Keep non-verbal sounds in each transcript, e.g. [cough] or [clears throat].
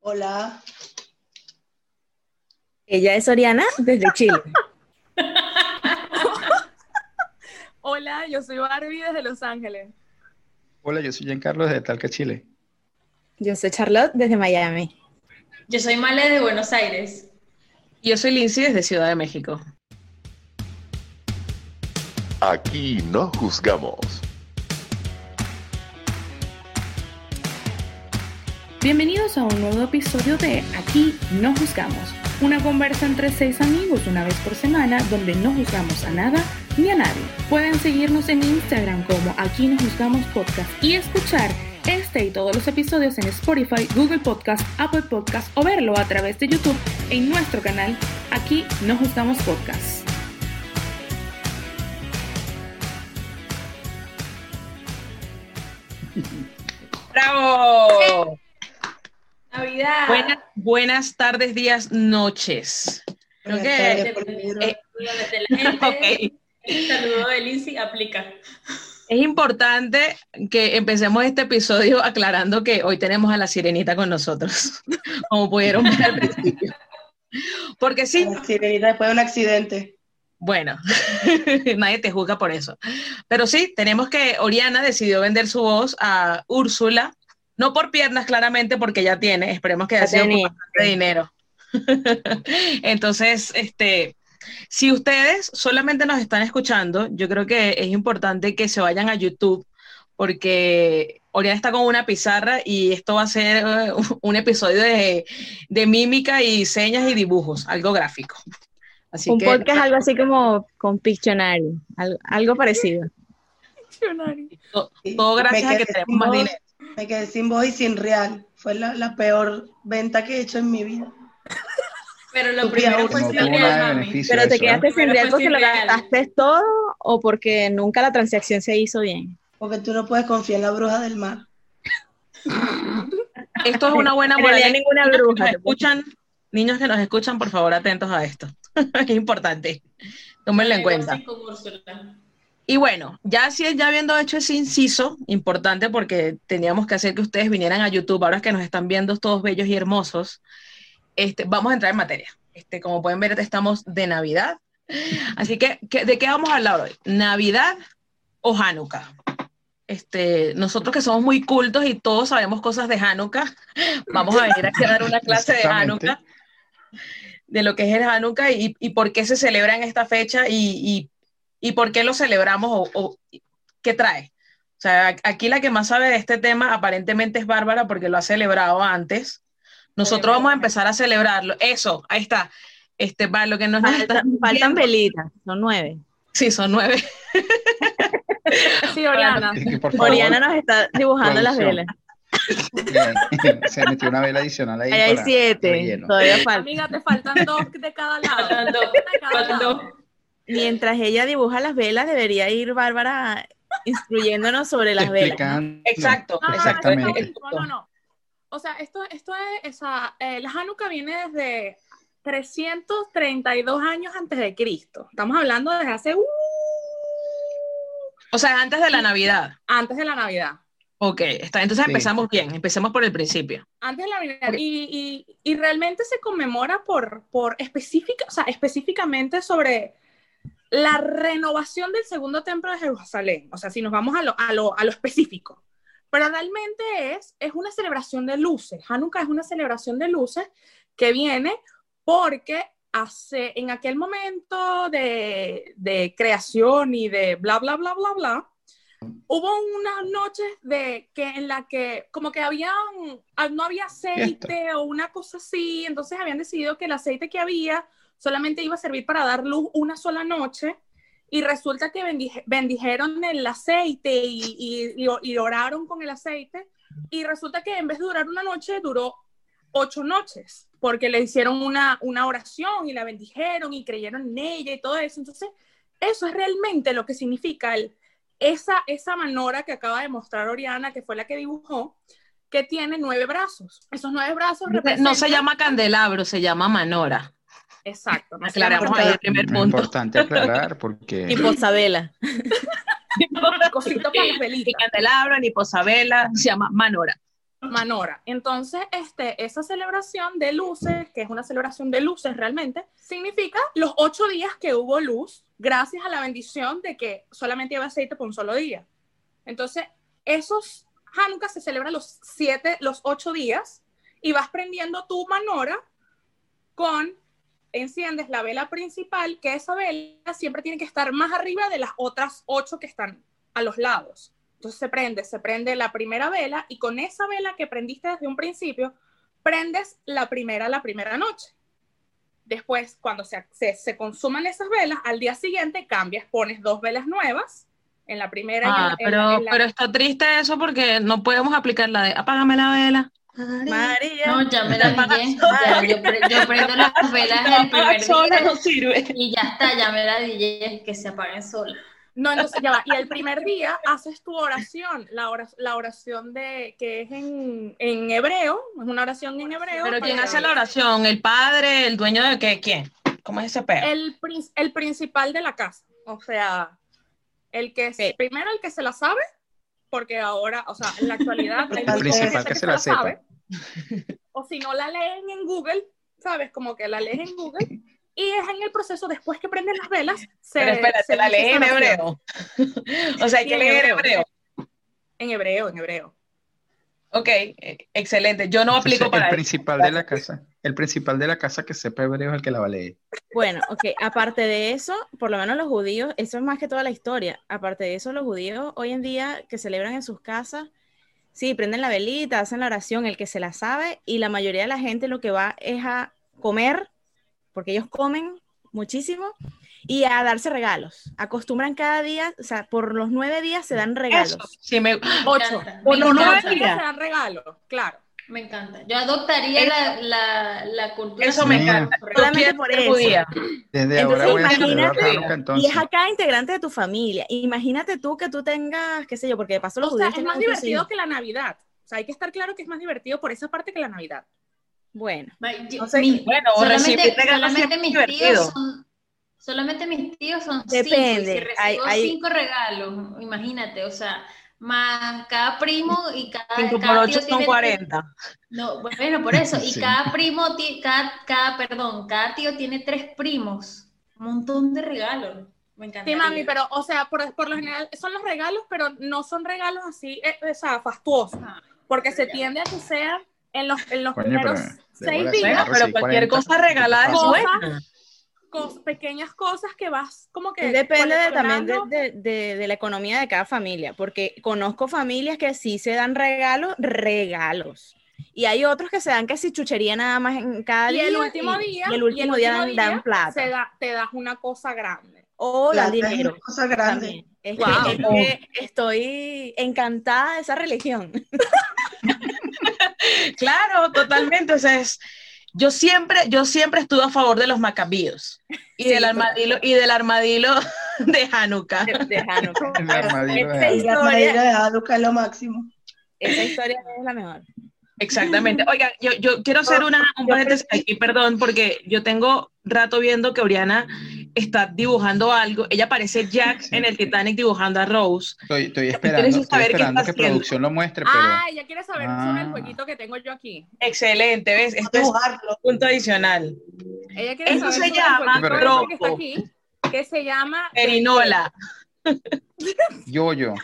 Hola. Ella es Oriana desde Chile. Hola, yo soy Barbie desde Los Ángeles. Hola, yo soy Giancarlo desde Talca, Chile. Yo soy Charlotte desde Miami. Yo soy Male de Buenos Aires. Yo soy Lindsay desde Ciudad de México. Aquí no juzgamos. Bienvenidos a un nuevo episodio de Aquí no juzgamos, una conversa entre seis amigos una vez por semana donde no juzgamos a nada ni a nadie. Pueden seguirnos en Instagram como Aquí no juzgamos podcast y escuchar este y todos los episodios en Spotify, Google Podcast, Apple Podcast o verlo a través de YouTube en nuestro canal Aquí no juzgamos podcast. ¡Bravo! Navidad. Buenas, buenas tardes, días, noches. Creo Buenas que- tardes, Palmiro. eh, Desde la gente, Ok. el saludo de Lindsay aplica. Es importante que empecemos este episodio aclarando que hoy tenemos a la sirenita con nosotros, [laughs] como pudieron ver al principio. Porque sí, La sirenita después de un accidente. Bueno, [laughs] nadie te juzga por eso. Pero sí, tenemos que Oriana decidió vender su voz a Úrsula, no por piernas claramente, porque ya tiene, esperemos que haya Ya sido por tenía. bastante dinero. [laughs] Entonces, este, si ustedes solamente nos están escuchando, yo creo que es importante que se vayan a YouTube, porque Oriana está con una pizarra y esto va a ser eh, un episodio de, de mímica y señas y dibujos, algo gráfico. Así un que, podcast algo así como con Pictionary, al- algo parecido. Sí. Todo gracias Me a que quedé tenemos sin más voz, dinero. Me quedé sin voz y sin real. Fue la, la peor venta que he hecho en mi vida. Pero lo Tú primero tía, Pues fue uno, No tuvo sin Silvia real, nada de mami. beneficio. Pero te eso, ¿eh? quedaste sin Pero pues real fue porque sin lo real. gastaste todo o porque nunca la transacción se hizo bien. Porque tú no puedes confiar en la bruja del mar. Esto es una buena En realidad moraleja. ninguna Niños que bruja. nos escuchan, niños que nos escuchan, por favor, atentos a esto. [laughs] es importante. Tómenlo en cuenta. Negocien con Úrsula. Y bueno, ya así, ya habiendo hecho ese inciso, importante porque teníamos que hacer que ustedes vinieran a YouTube, ahora que nos están viendo todos bellos y hermosos, este, vamos a entrar en materia. Este, como pueden ver, estamos de Navidad. Así que, ¿qué- ¿de qué vamos a hablar hoy? ¿Navidad o Hanukkah? Este, nosotros que somos muy cultos y todos sabemos cosas de Hanukkah, vamos a venir aquí a dar una clase de Exactamente. Hanukkah, de lo que es el Hanukkah y, y por qué se celebra en esta fecha y- y y por qué lo celebramos o, o qué trae. O sea, a- aquí la que más sabe de este tema aparentemente es Bárbara porque lo ha celebrado antes. Nosotros vamos a empezar a celebrarlo. Eso, ahí está. Este, para lo que nos Faltan, faltan velitas, son nueve. Sí, son nueve. Sí, Oriana. Es que, por favor, [laughs] Oriana nos está dibujando las producción. velas. miren, [laughs] se metió una vela adicional ahí. Ahí hay para siete, relleno. todavía falta. Amiga, te faltan dos de cada lado. Faltan dos, Una de cada Faltan lado. dos. Mientras ella dibuja las velas, debería ir Bárbara instruyéndonos sobre las velas. Explicando. Exacto, No, no, no, Exactamente. esto- Ah, No, no, no. O sea, esto, esto es, o sea, eh, la Hanukkah viene desde 332 años antes de Cristo. Estamos hablando desde hace, uh, O sea, antes de la Navidad. antes de la Navidad. Ok, está. Entonces Sí. empezamos bien, empecemos por el principio. Antes de la Navidad. Y, y- y realmente se conmemora por, por específica, o sea, específicamente sobre la renovación del segundo templo de Jerusalén. O sea, si nos vamos a lo, a lo, a lo específico. Pero realmente es, es una celebración de luces. Hanukkah es una celebración de luces que viene porque hace, en aquel momento de, de creación y de bla, bla, bla, bla, bla, hubo unas noches de que en la que como que habían, ah, no había aceite o una cosa así, entonces habían decidido que el aceite que había solamente iba a servir para dar luz una sola noche. Y resulta que bendije- bendijeron el aceite y, y- y o- y oraron con el aceite. Y resulta que en vez de durar una noche, duró ocho noches, porque le hicieron una, una oración y la bendijeron y creyeron en ella y todo eso. Entonces, eso es realmente lo que significa el, esa, esa manora que acaba de mostrar Oriana, que fue la que dibujó, que tiene nueve brazos. Esos nueve brazos No representan... se llama candelabro, se llama manora. Exacto. no se llama Aclaramos ahí el primer Es punto. importante [laughs] aclarar porque Y posavela. [laughs] cosito para las Ni velitas. candelabro, ni posabela, se llama manora. Manora. Entonces, este, esa celebración de luces, que es una celebración de luces realmente, significa los ocho días que hubo luz, gracias a la bendición de que solamente lleva aceite por un solo día. Entonces, esos Hanukkah se celebran los siete, los ocho días, y vas prendiendo tu manora con enciendes la vela principal, que esa vela siempre tiene que estar más arriba de las otras ocho que están a los lados. Entonces se prende, se prende la primera vela y con esa vela que prendiste desde un principio, prendes la primera la primera noche. Después, cuando se, se, se consuman esas velas, al día siguiente cambias, pones dos velas nuevas en la primera Ah, y en la- pero, en la- en la- pero está triste eso porque no podemos aplicar la de apágame la vela. María. No, ya me la dije. Ya, yo, pre- yo prendo las velas el primer día no sirve. y ya está, ya me la dije que se apaguen solas. No, entonces ya va. Y el primer día haces tu oración, la, ora- la oración de que es en, en hebreo, es una oración en hebreo. Pero ¿quién para- hace la oración? ¿El padre? ¿El dueño de qué? ¿Quién? ¿Cómo es ese perro? El, prin- el principal de la casa. O sea, el que es, Sí. primero el que se la sabe, porque ahora, o sea, en la actualidad. hay El mucha principal gente que se la sepa. sabe. O si no la leen en Google, ¿sabes? Como que la leen en Google. Y es en el proceso, después que prenden las velas, se. Pero se espérate, la dice leí en esa oración. hebreo. [laughs] O sea, hay Sí, que en leer hebreo. hebreo. En hebreo, en hebreo. Ok, eh, excelente. Yo no Entonces, aplico para el eso. principal de la casa, el principal de la casa que sepa hebreo es el que la va a leer. Bueno, ok, aparte de eso, por lo menos los judíos, eso es más que toda la historia, aparte de eso, los judíos hoy en día que celebran en sus casas, sí, prenden la velita, hacen la oración, el que se la sabe, y la mayoría de la gente lo que va es a comer, porque ellos comen muchísimo, y a darse regalos. Acostumbran cada día, o sea, por los nueve días se dan regalos. Eso, sí [gasps] me- Ocho. encanta, Por me los nueve encanta. días se dan regalos, claro. Me encanta. Yo adoptaría la, la, la cultura. Eso me encanta. judía. Solamente quiero por ser eso. judía. Desde Entonces, ahora voy a celebrar imagínate- Hanukkah Y entonces. es a cada integrante de tu familia. Imagínate tú que tú tengas, qué sé yo, porque de paso los O sea, judíos es tienen más muchos divertido hijos. que la Navidad. O sea, hay que estar claro que es más divertido por esa parte que la Navidad. Bueno. Ma- yo- No sé, mi- bueno, recibir solamente, regalos solamente siempre mis es divertido. tíos son. Solamente mis tíos son cinco. Y si Depende, recibo hay- hay- cinco regalos, imagínate, o sea, más cada primo y cada. 5 por cada 8 tío son tiene- 40. No, bueno, por eso. Y Sí. cada primo, ti- cada, cada, perdón, cada tío tiene tres primos. Un montón de regalos. Me encanta. Sí, mami, pero, o sea, por, por lo general son los regalos, pero no son regalos así, eh, o sea, fastuosos. Ah, Porque se tiende a que sean en los, en los Coño, primeros pero- seis Débora, días, Bueno, pero recibí cualquier 40. cosa regalada es Cosa. buena. cos- pequeñas cosas que vas como que. Depende de- también coleccionando. de, de- de- de la economía de cada familia, porque conozco familias que sí se dan regalos, regalos. Y hay otros que se dan que si chuchería nada más en cada Y día. el último día, y el último día dan, dan plata. se da- te das una cosa grande. o dan Plata es dinero. una cosa grande. también. Es Wow. que, es que estoy encantada de esa religión. [laughs] Claro, totalmente. O sea, es- yo siempre, yo siempre estuve a favor de los macabíos y Sí, del armadillo y del armadillo [laughs] de Hanukkah. De, de Hanukkah. El armadillo de Esa Hanukkah. La historia, madera de Hanukkah es lo máximo. esa historia es la mejor. Exactamente. Oiga, yo, yo quiero hacer una, un paréntesis aquí, perdón, porque yo tengo rato viendo que Oriana está dibujando algo. Ella parece Jack Sí. en el Titanic dibujando a Rose. Estoy, estoy quieres esperando, estoy saber qué esperando está que haciendo. producción lo muestre, pero Ah, ya quieres saber Ah. sobre el jueguito que tengo yo aquí. Excelente, ¿ves? Esto es Dibujarlo. punto adicional. Ella quiere Eso saber se sobre el llama jueguito Tropo. que está aquí, que se llama eh, Perinola. yo, yo.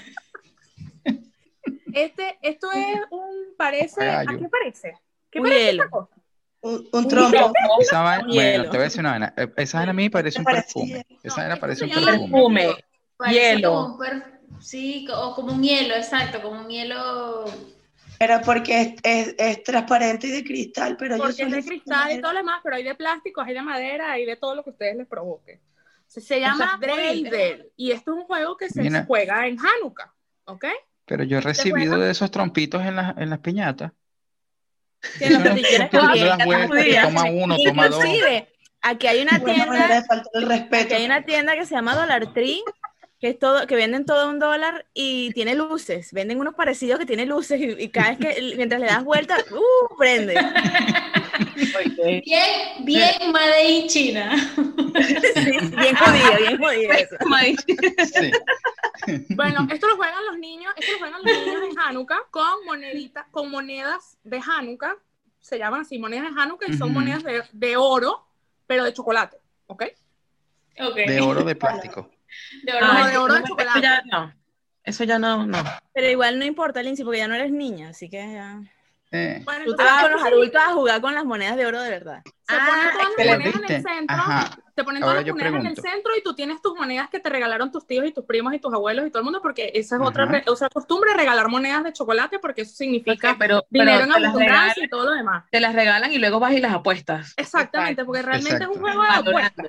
Este, esto es un parece. ¿A Gallo. qué parece? ¿Qué Un parece hielo. esta cosa? Un, un [laughs] trompo. Esa vaina, Un bueno, hielo. te voy a decir una vaina. Eh, Esa vaina a mí me parece un Parece perfume. Esa vaina No, parece un esto se llama- perfume. Perfume. Parece Hielo. como un per- sí, co- o como un hielo, exacto, como un hielo. Pero porque es, es- es transparente y de cristal, pero yo Porque es soy de cristal y todo lo demás, pero hay de plásticos, hay de madera, hay de todo lo que ustedes les provoque. Se, se Está llama muy bien. Dreidel y esto es un juego que se Mira. juega en Hanukkah, ¿ok? Pero yo he recibido de esos trompitos en las, en las piñatas. Que los Eso no es tortilleros porque también. tú das vueltas, que judías. toma uno, toma dos. Inclusive, aquí hay una Buena tienda manera de faltar el respeto. Aquí hay una tienda que se llama Dollar Tree, que es todo, que venden todo a un dólar y tiene luces. Venden unos parecidos que tienen luces y, y cada vez que mientras le das vuelta, ¡uh! prende. [laughs] Ok. Bien, bien Made in China. [laughs] [laughs] Bien judía, bien judía. Pues, eso. Sí. Bueno, esto lo juegan los niños, esto lo juegan los niños en Hanukkah con moneditas, con monedas de Hanukkah, se llaman así monedas de Hanukkah y son Ujú. monedas de, de oro, pero de chocolate, ¿ok? Ok. De oro de plástico. De oro. Ah, de de oro de oro. chocolate. Eso ya no. Eso ya no, no. Pero igual no importa, Lindsay, porque ya no eres niña, así que ya. Eh, Bueno, Tú te entonces, vas con los adultos a jugar con las monedas de oro de verdad. se ponen Ah, todas las excelente. monedas en el ¿Viste? centro, Ajá. te Ahora ponen todas las yo monedas en el pregunto. centro y tú tienes tus monedas que te regalaron tus tíos y tus primos y tus abuelos y todo el mundo, porque esa es otra, Ajá. re- otra costumbre, regalar monedas de chocolate, porque eso significa Ok, pero, dinero pero en te, las regalan, abundancia y todo lo demás. te las regalan y luego vas y las apuestas. Exactamente, porque realmente es un Exacto. juego de Ah, apuestas.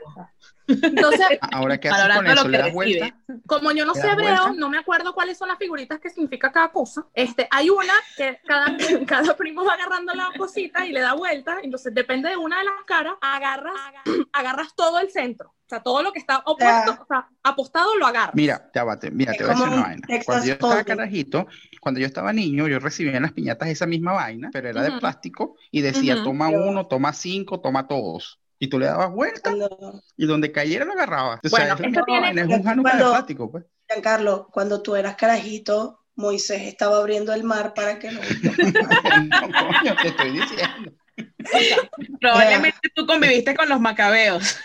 Entonces, Ahora, ¿qué haces con Valorando eso? lo ¿Le que das vuelta? recibe. como yo no ¿Te sé das hebreo, vuelta? no me acuerdo cuáles son las figuritas que significa cada cosa. Este, hay una que cada, [laughs] cada primo va agarrando la cosita y le da vuelta. Entonces, depende de una de las caras, agarras, [clears throat] agarras todo el centro. O sea, todo lo que está opuesto, Ya. o sea, apostado lo agarras. Mira, ya va, te- mira, Es te voy a decir como una un vaina. Texas Cuando yo estaba Hold'em. carajito, cuando yo estaba niño, yo recibía en las piñatas esa misma vaina, pero era de Ujú. plástico y decía, Ujú. toma uno, toma cinco, toma todos. Y tú le dabas vuelta Cuando- y donde cayera lo agarrabas. O sea, Bueno, es la esto misma tiene- vaina, es un Hanukkah de cuando- plástico, pues. [laughs] Giancarlo, cuando tú eras carajito, Moisés estaba abriendo el mar para que [laughs] no. No, coño, te estoy diciendo. Probablemente tú conviviste con los macabeos.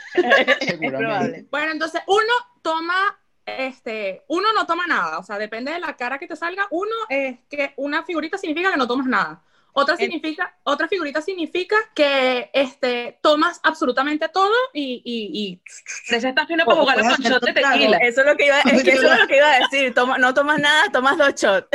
Seguramente. Bueno, entonces uno toma, este, uno no toma nada, o sea, depende de la cara que te salga. Uno es que una figurita significa que no tomas nada. Otra Eh. significa, otra figurita significa que este, tomas absolutamente todo y, y, Entonces estás viendo Pues, O- o para jugar puedes pues, con shot de hacer tu trago. tequila. Eso es lo que iba, es que eso es lo que iba a decir. Toma- no tomas nada, tomas dos shots.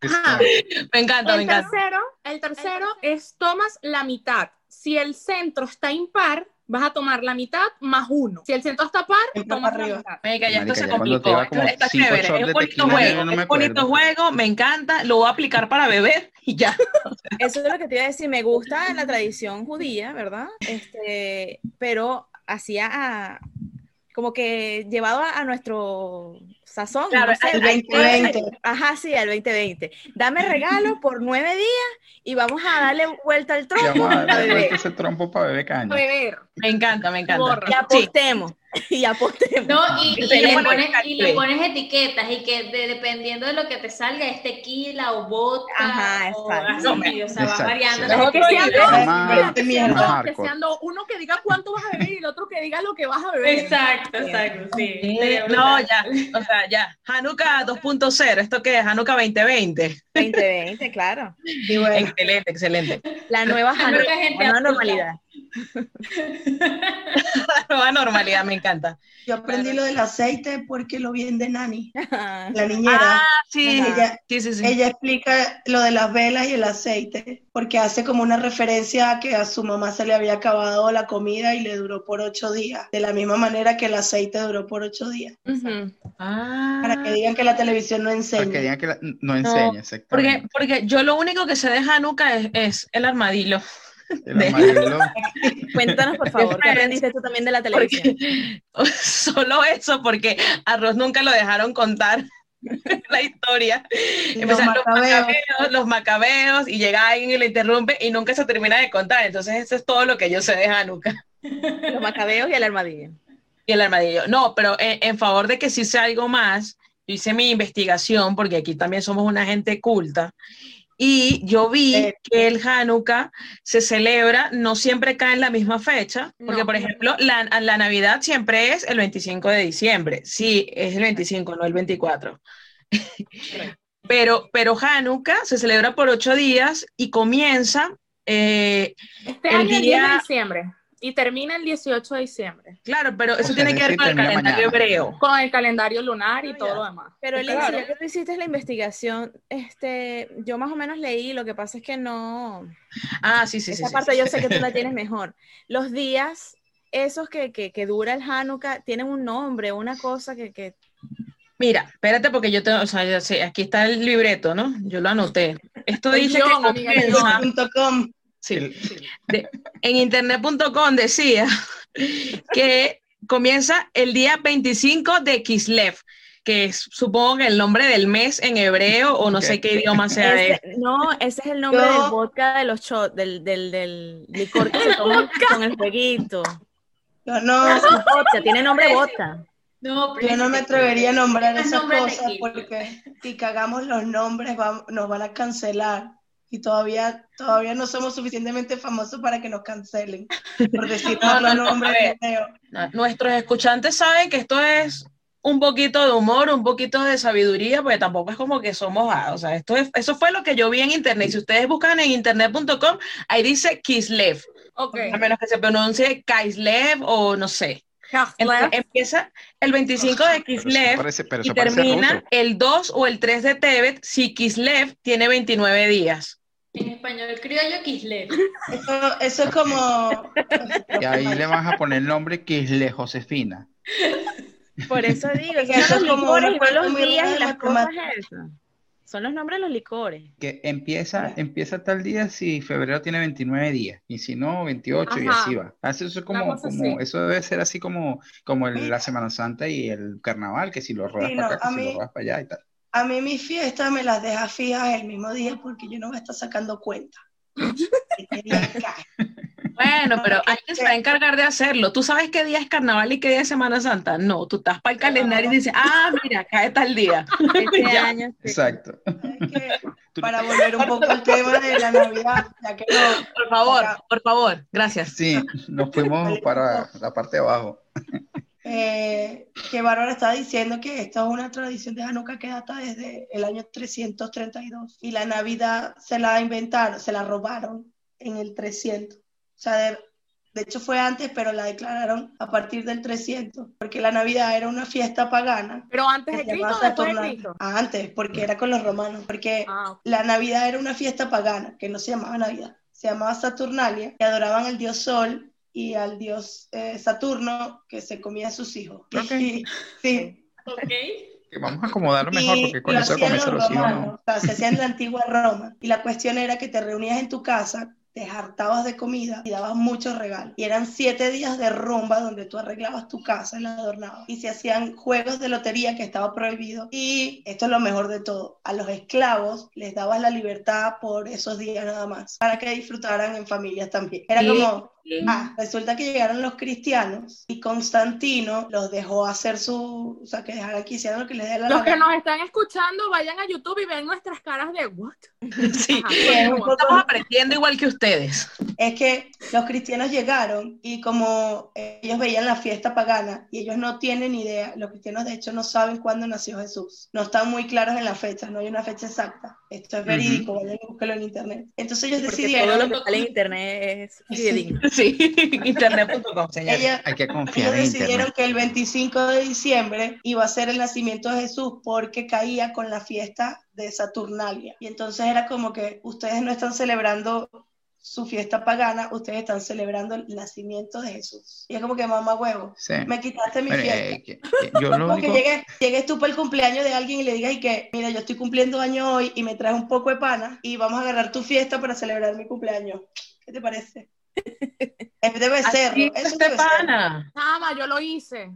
Exacto. Me y- encanta, me El encanta. tercero, el tercero es tomas la mitad. Si el centro está impar, vas a tomar la mitad más uno. Si el centro está par, Siempre tomas para la arriba. mitad. Venga, ya esto Marica, se ya cuando te complicó. va Esto como está cinco chévere. shots Es de bonito tequila, juego. yo no me es bonito acuerdo. juego. Me encanta. Lo voy a aplicar para beber y ya. Eso es lo que te iba a decir. Me gusta la tradición judía, ¿verdad? Este, pero hacía a- como que llevado a, a nuestro sazón. Claro, no sé, al al- 2020. Ajá, sí, al 2020. Dame regalo por nueve días y vamos a darle vuelta al Y tronco vamos a a darle beber. vuelta ese trompo para beber caña. Beber. Me encanta, me encanta. Borra. Y apostemos. Y apostemos. No, y, y Te le le pones pones, y le calibre. pones etiquetas y que de- dependiendo de lo que te salga es tequila o vodka Ajá, o así, exacto. o sea, vas Exacto, variando. sí. las Mejor etiquetas. que sea prohibir. dos, Más- mira, que más sean dos, que hardcore. sean dos. uno que diga cuánto vas a beber y el otro que diga lo que vas a beber. Exacto, exacto, sí. Sí, Sería No, brutal. ya. O sea, ya. Hanukkah 2.0. ¿Esto qué es? Hanukkah 2020. 2020, claro. Y bueno, Excelente, excelente. La nueva La nueva Hanukkah, gente la nueva adulta. normalidad. La nueva normalidad, me encanta. yo aprendí lo del aceite porque lo vi en de Nani, la niñera. Ah, sí. Ella- Sí, sí, sí. Ella explica lo de las velas y el aceite, porque hace como una referencia a que a su mamá se le había acabado la comida y le duró por ocho días, de la misma manera que el aceite duró por ocho días, Ujú. Ah. para que digan que la televisión no Para que enseña. digan que la- no enseña, Porque, [laughs] exactamente. porque yo lo único que sé de Hanukkah es, es el armadillo. El amarillo, Cuéntanos, por favor, ¿qué aprendiste tú también de la televisión? Porque- [laughs] solo eso, porque a Ross nunca lo dejaron contar [laughs] la historia. Empiezan los macabeos. macabeos, los macabeos, y llega alguien y lo interrumpe y nunca se termina de contar. Entonces, eso es todo lo que yo sé de Hanukkah Los macabeos y el armadillo. y el armadillo. No, pero en, en favor de que sí sea algo más, yo hice mi investigación, porque aquí también somos una gente culta. Y yo vi Eh. que el Hanukkah se celebra, no siempre cae en la misma fecha, porque No. por ejemplo, la, la Navidad siempre es el 25 de diciembre, sí, es el 25, no el 24. pero, pero Hanukkah se celebra por ocho días y comienza, eh, Este El año es el 10 de día- diciembre y termina el 18 de diciembre claro, pero eso sea, tiene es que ver decir, con el termina calendario mañana. hebreo. con el calendario lunar y Ah, todo ya. lo demás. Pero Sí, Lindsay, claro. ya que tú hiciste la investigación, este, yo más o menos leí, lo que pasa es que no, Ah, sí, sí, sí. esa sí, parte sí. yo sé que tú la tienes mejor. Los días, esos que, que, que dura el Hanukkah, tienen un nombre, una cosa que, que Mira, espérate porque yo tengo, o sea, yo sé, aquí está el libreto, ¿no? Yo lo anoté. Esto El dice guión, que amiga, el comienza- guión. Punto com. sí, el- en internet.com decía que comienza el día 25 de Kislev, que es, supongo que el nombre del mes en hebreo o no sé qué idioma sea de Ese- no, ese es el nombre Yo- del vodka de los shots, del, del, del licor que se toma con el jueguito. Yo no, Vodka, tiene nombre vodka. No, pero yo no me atrevería a nombrar Es esas nombre de cosas equipo. porque si cagamos los nombres vam- nos van a cancelar. Y todavía, todavía no somos suficientemente famosos para que nos cancelen por decir No, mal los no, no, a nombres. ver. feos. Na- Nuestros escuchantes saben que esto es un poquito de humor, un poquito de sabiduría, porque tampoco es como que somos, ah, o sea, esto es- eso fue lo que yo vi en internet. Si ustedes buscan en internet.com, ahí dice Kislev, Ok. a menos que se pronuncie Kaislev o no sé. Entonces, pues, eh, empieza el 25 de Pero eso Kislev parece, pero y eso parece termina ruso. el 2 o el 3 de Tebet si Kislev tiene 29 días. en español criollo Kislev. Eso, eso es como... Y ahí le vas a poner el nombre que es Le Josefina. Por eso digo, Porque esos eso son es los como una licores y no los cosa muy días rara y de las cosas matemáticas. esas. Son los nombres de los licores. Que empieza, empieza tal día si febrero tiene 29 días y si no, 28 y Ajá. así va. Así eso, es Una como, cosa como, así. eso debe ser así como, como el- Mira. la Semana Santa y el carnaval, que si lo rodas Sí, para no, acá, que a si mí- lo rodas para allá y tal. A mí mis fiestas me las deja fijas el mismo día porque yo no voy a estar sacando [laughs] cuenta. Bueno, pero Ok, alguien se va a encargar de hacerlo. ¿Tú sabes qué día es carnaval y qué día es Semana Santa? No, tú estás para el calendario y dices, ah, mira, cae tal día. Este [laughs] Ya. año, sí. Exacto. Tú- Para volver un poco al tema de la Navidad, ya que no, Por favor, por favor, gracias. Sí, nos fuimos para la parte de abajo. eh, que Bárbara está diciendo que esto es una tradición de Hanukkah que data desde el año 332 y la Navidad se la inventaron, se la robaron en el 300. O sea, de, de hecho fue antes, pero la declararon a partir del 300, porque la Navidad era una fiesta pagana Pero antes que de se Cristo, llamaba o Pues después de Saturnalia. Cristo. Ah, Antes, porque era con los romanos, porque Ah, ok. la Navidad era una fiesta pagana, que no se llamaba Navidad, se llamaba Saturnalia, que adoraban al dios Sol y al dios eh, Saturno, que se comía a sus hijos. Y- [laughs] sí, Ok. Que vamos a acomodarlo mejor y porque con lo eso de hacían comerse los los hijos romanos, no. o sea, se hacía en la antigua Roma. Y la cuestión era que te reunías en tu casa, te hartabas de comida y dabas muchos regalos. Y eran siete días de rumba donde tú arreglabas tu casa y la adornabas. Y se hacían juegos de lotería que estaba prohibido. Y esto es lo mejor de todo, a los esclavos les dabas la libertad por esos días nada más, para que disfrutaran en familias también. Era Sí. como... Ah, resulta que llegaron los cristianos y Constantino los dejó hacer su, o sea, que dejaran que hicieran lo que les dé la Los gana. que nos están escuchando, vayan a YouTube y vean nuestras caras de what. [laughs] Sí, Ajá. estamos aprendiendo igual que ustedes. Es que los cristianos llegaron y como eh, ellos veían la fiesta pagana y ellos no tienen idea, los cristianos de hecho no saben cuándo nació Jesús, no están muy claros en las fechas, no hay una fecha exacta, esto es verídico, vayan y búsquelo en internet. Entonces ellos Porque todo lo decidieron, que sale en internet [laughs] es Sí. fidedigno. [laughs] Sí, internet.com, señores. ella- Hay que ellos confiar en decidieron internet. que el 25 de diciembre iba a ser el nacimiento de Jesús porque caía con la fiesta de Saturnalia. Y entonces era como que ustedes no están celebrando su fiesta pagana, ustedes están celebrando el nacimiento de Jesús. Y es como que mamá huevo, Sí. me quitaste mi Bueno, fiesta. eh, que- que [laughs] yo lo Como que único llegues, llegues tú para el cumpleaños de alguien y le digas y que, mira, yo estoy cumpliendo año hoy y me traes un poco de pana y vamos a agarrar tu fiesta para celebrar mi cumpleaños. ¿Qué te [laughs] parece? Debe ser. Así es Eso este debe ser. pana. Chama, yo lo hice.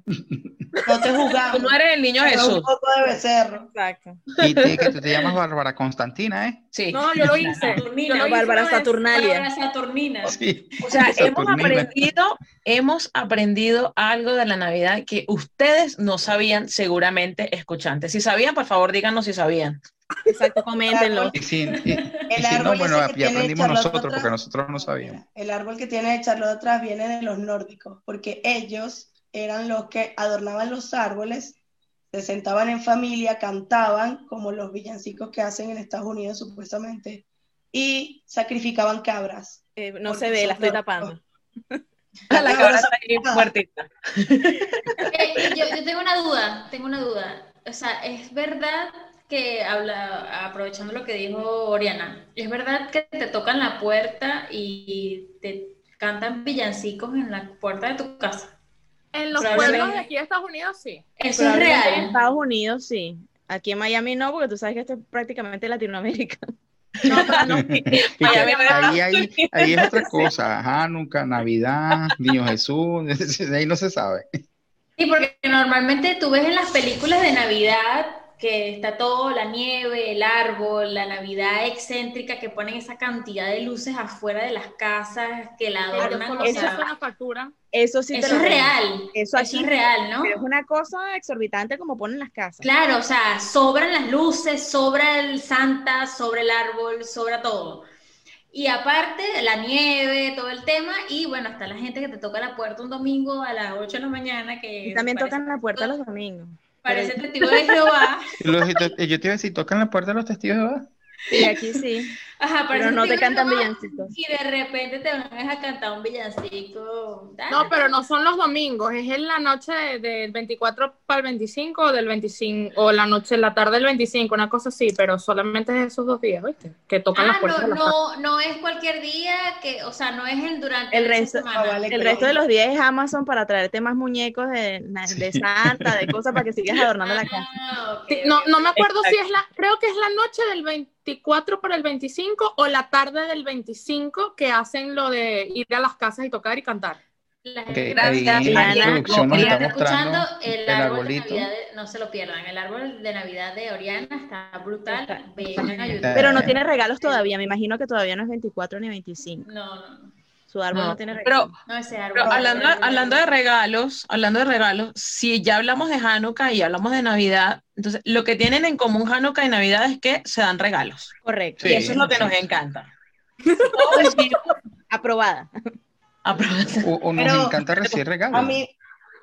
No te Tú jugamos. no eres el niño Pero Jesús. Un poco de becerro. Exacto. Y tiene que tú te llamas Bárbara [laughs] Constantina, ¿eh? Sí. No, yo lo hice. Yo Saturnina. lo hice Bárbara una vez. Saturnalia. Bárbara Saturnina. Sí. O sea, hemos Saturnina. aprendido, hemos aprendido algo de la Navidad que ustedes no sabían seguramente escuchantes. Si sabían, por favor, díganos si sabían. Exacto, coméntenlo. Y si, y- y El si no, árbol bueno, ese que tiene ya aprendimos Charlotte nosotros porque atrás. nosotros no sabíamos. El árbol que tiene Charlotte atrás viene de los nórdicos, porque ellos eran los que adornaban los árboles, se sentaban en familia, cantaban, como los villancicos que hacen en Estados Unidos supuestamente, y sacrificaban cabras. Eh, no se ve, la estoy tapando. La cabra está ahí muertita. Eh, eh, yo, yo tengo una duda, tengo una duda. O sea, es verdad que habla, aprovechando lo que dijo Oriana, es verdad que te tocan la puerta y te cantan villancicos en la puerta de tu casa. En los Probablemente. pueblos de aquí de Estados Unidos, sí. Eso es En real. Estados Unidos sí. Aquí en Miami no, porque tú sabes que esto es prácticamente Latinoamérica. Ah, [laughs] Y Ay, que a ver, ¿verdad? ahí, ahí, ahí [laughs] [laughs] es otra cosa. Ajá, nunca Navidad, Niño Jesús, ahí no se sabe. Sí, porque normalmente tú ves en las películas de Navidad que está todo, la nieve, el árbol, la Navidad excéntrica, que ponen esa cantidad de luces afuera de las casas, que la adornan. o Eso sea, es una factura. [laughs] Eso sí te eso lo es tengo. real, Eso eso aquí es real, ¿no? pero es una cosa exorbitante como ponen las casas. Claro, o sea, sobran las luces, sobra el Santa, sobra el árbol, sobra todo. Y aparte, la nieve, todo el tema, y bueno, hasta la gente que te toca la puerta un domingo a las 8 de la mañana, que Y también parece, tocan la puerta los domingos. parece testigo [laughs] de Jehová. Y los- y yo te iba a decir, tocan la puerta de los testigos de Jehová. Y aquí [laughs] sí, Ajá, pero parece no te testigo de cantan Jehová, villancicos. "Ah", Y de repente te van a cantar un villancico. dale. No, pero no son los domingos, es en la noche de- del 24 para el 25 o del 25, o la noche, la tarde del 25, una cosa así, pero solamente es esos dos días, ¿viste? Que tocan Ah, las puertas. no, de las casas. no, no es cualquier día que, o sea, no es el durante El esa resto- semana. Ah, vale. El resto de los días es Amazon para traerte más muñecos de, de Santa, de cosas para que sigas adornando la [laughs] casa. Ah, ok, Sí, no, ok, no me acuerdo si es la, creo que es la noche del 24 para el 25 o la tarde del 25 que hacen lo de ir a las casas y tocar y cantar. La Ok, gente- ahí gracias, en la Diana. introducción nos Oye, está está mostrando escuchando el el árbol de arbolito. Navidad, de- no se lo pierdan, el árbol de Navidad de Oriana está brutal, Está- vengan a YouTube. Pero no tiene regalos todavía, me imagino que todavía no es 24 ni 25. No, no, Su árbol no, No, tiene regalos. Pero, no ese árbol. pero hablando, hablando de regalos, hablando de regalos, si ya hablamos de Hanukkah y hablamos de Navidad, entonces lo que tienen en común Hanukkah y Navidad es que se dan regalos. Correcto. Sí. Y eso es lo que nos encanta. Todo es bien [laughs] Aprobada. [laughs] aprobado. O, o nos Pero- encanta recibir regalos. A mí,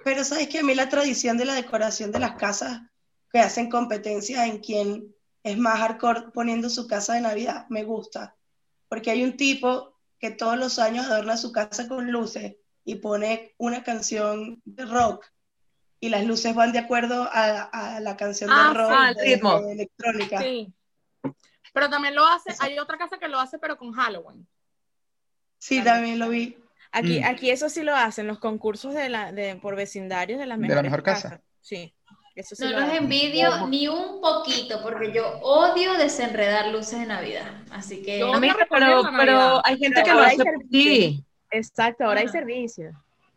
pero sabes que a mí la tradición de la decoración de las casas que hacen competencias en quien es más hardcore poniendo su casa de Navidad, me gusta. Porque hay un tipo que todos los años adorna su casa con luces y pone una canción de rock y las luces van de acuerdo a, a la canción de Ah, rock, ah, el de- ritmo. de electrónica. Sí. Pero también lo hace, hay otra casa que lo hace, pero con Halloween. Sí, también lo vi. Aquí, Mm. aquí eso sí lo hacen, los concursos de la, de, por vecindarios de las De la mejores mejor casa. casas. Sí, eso sí No lo los hacen. envidio ni un poquito, porque yo odio desenredar luces de Navidad, así que... Yo- Amiga, Otra pero, recorriendo la Navidad. pero hay gente Pero que lo ahora hace hay por ti. Exacto, ahora hay Ah. servicios.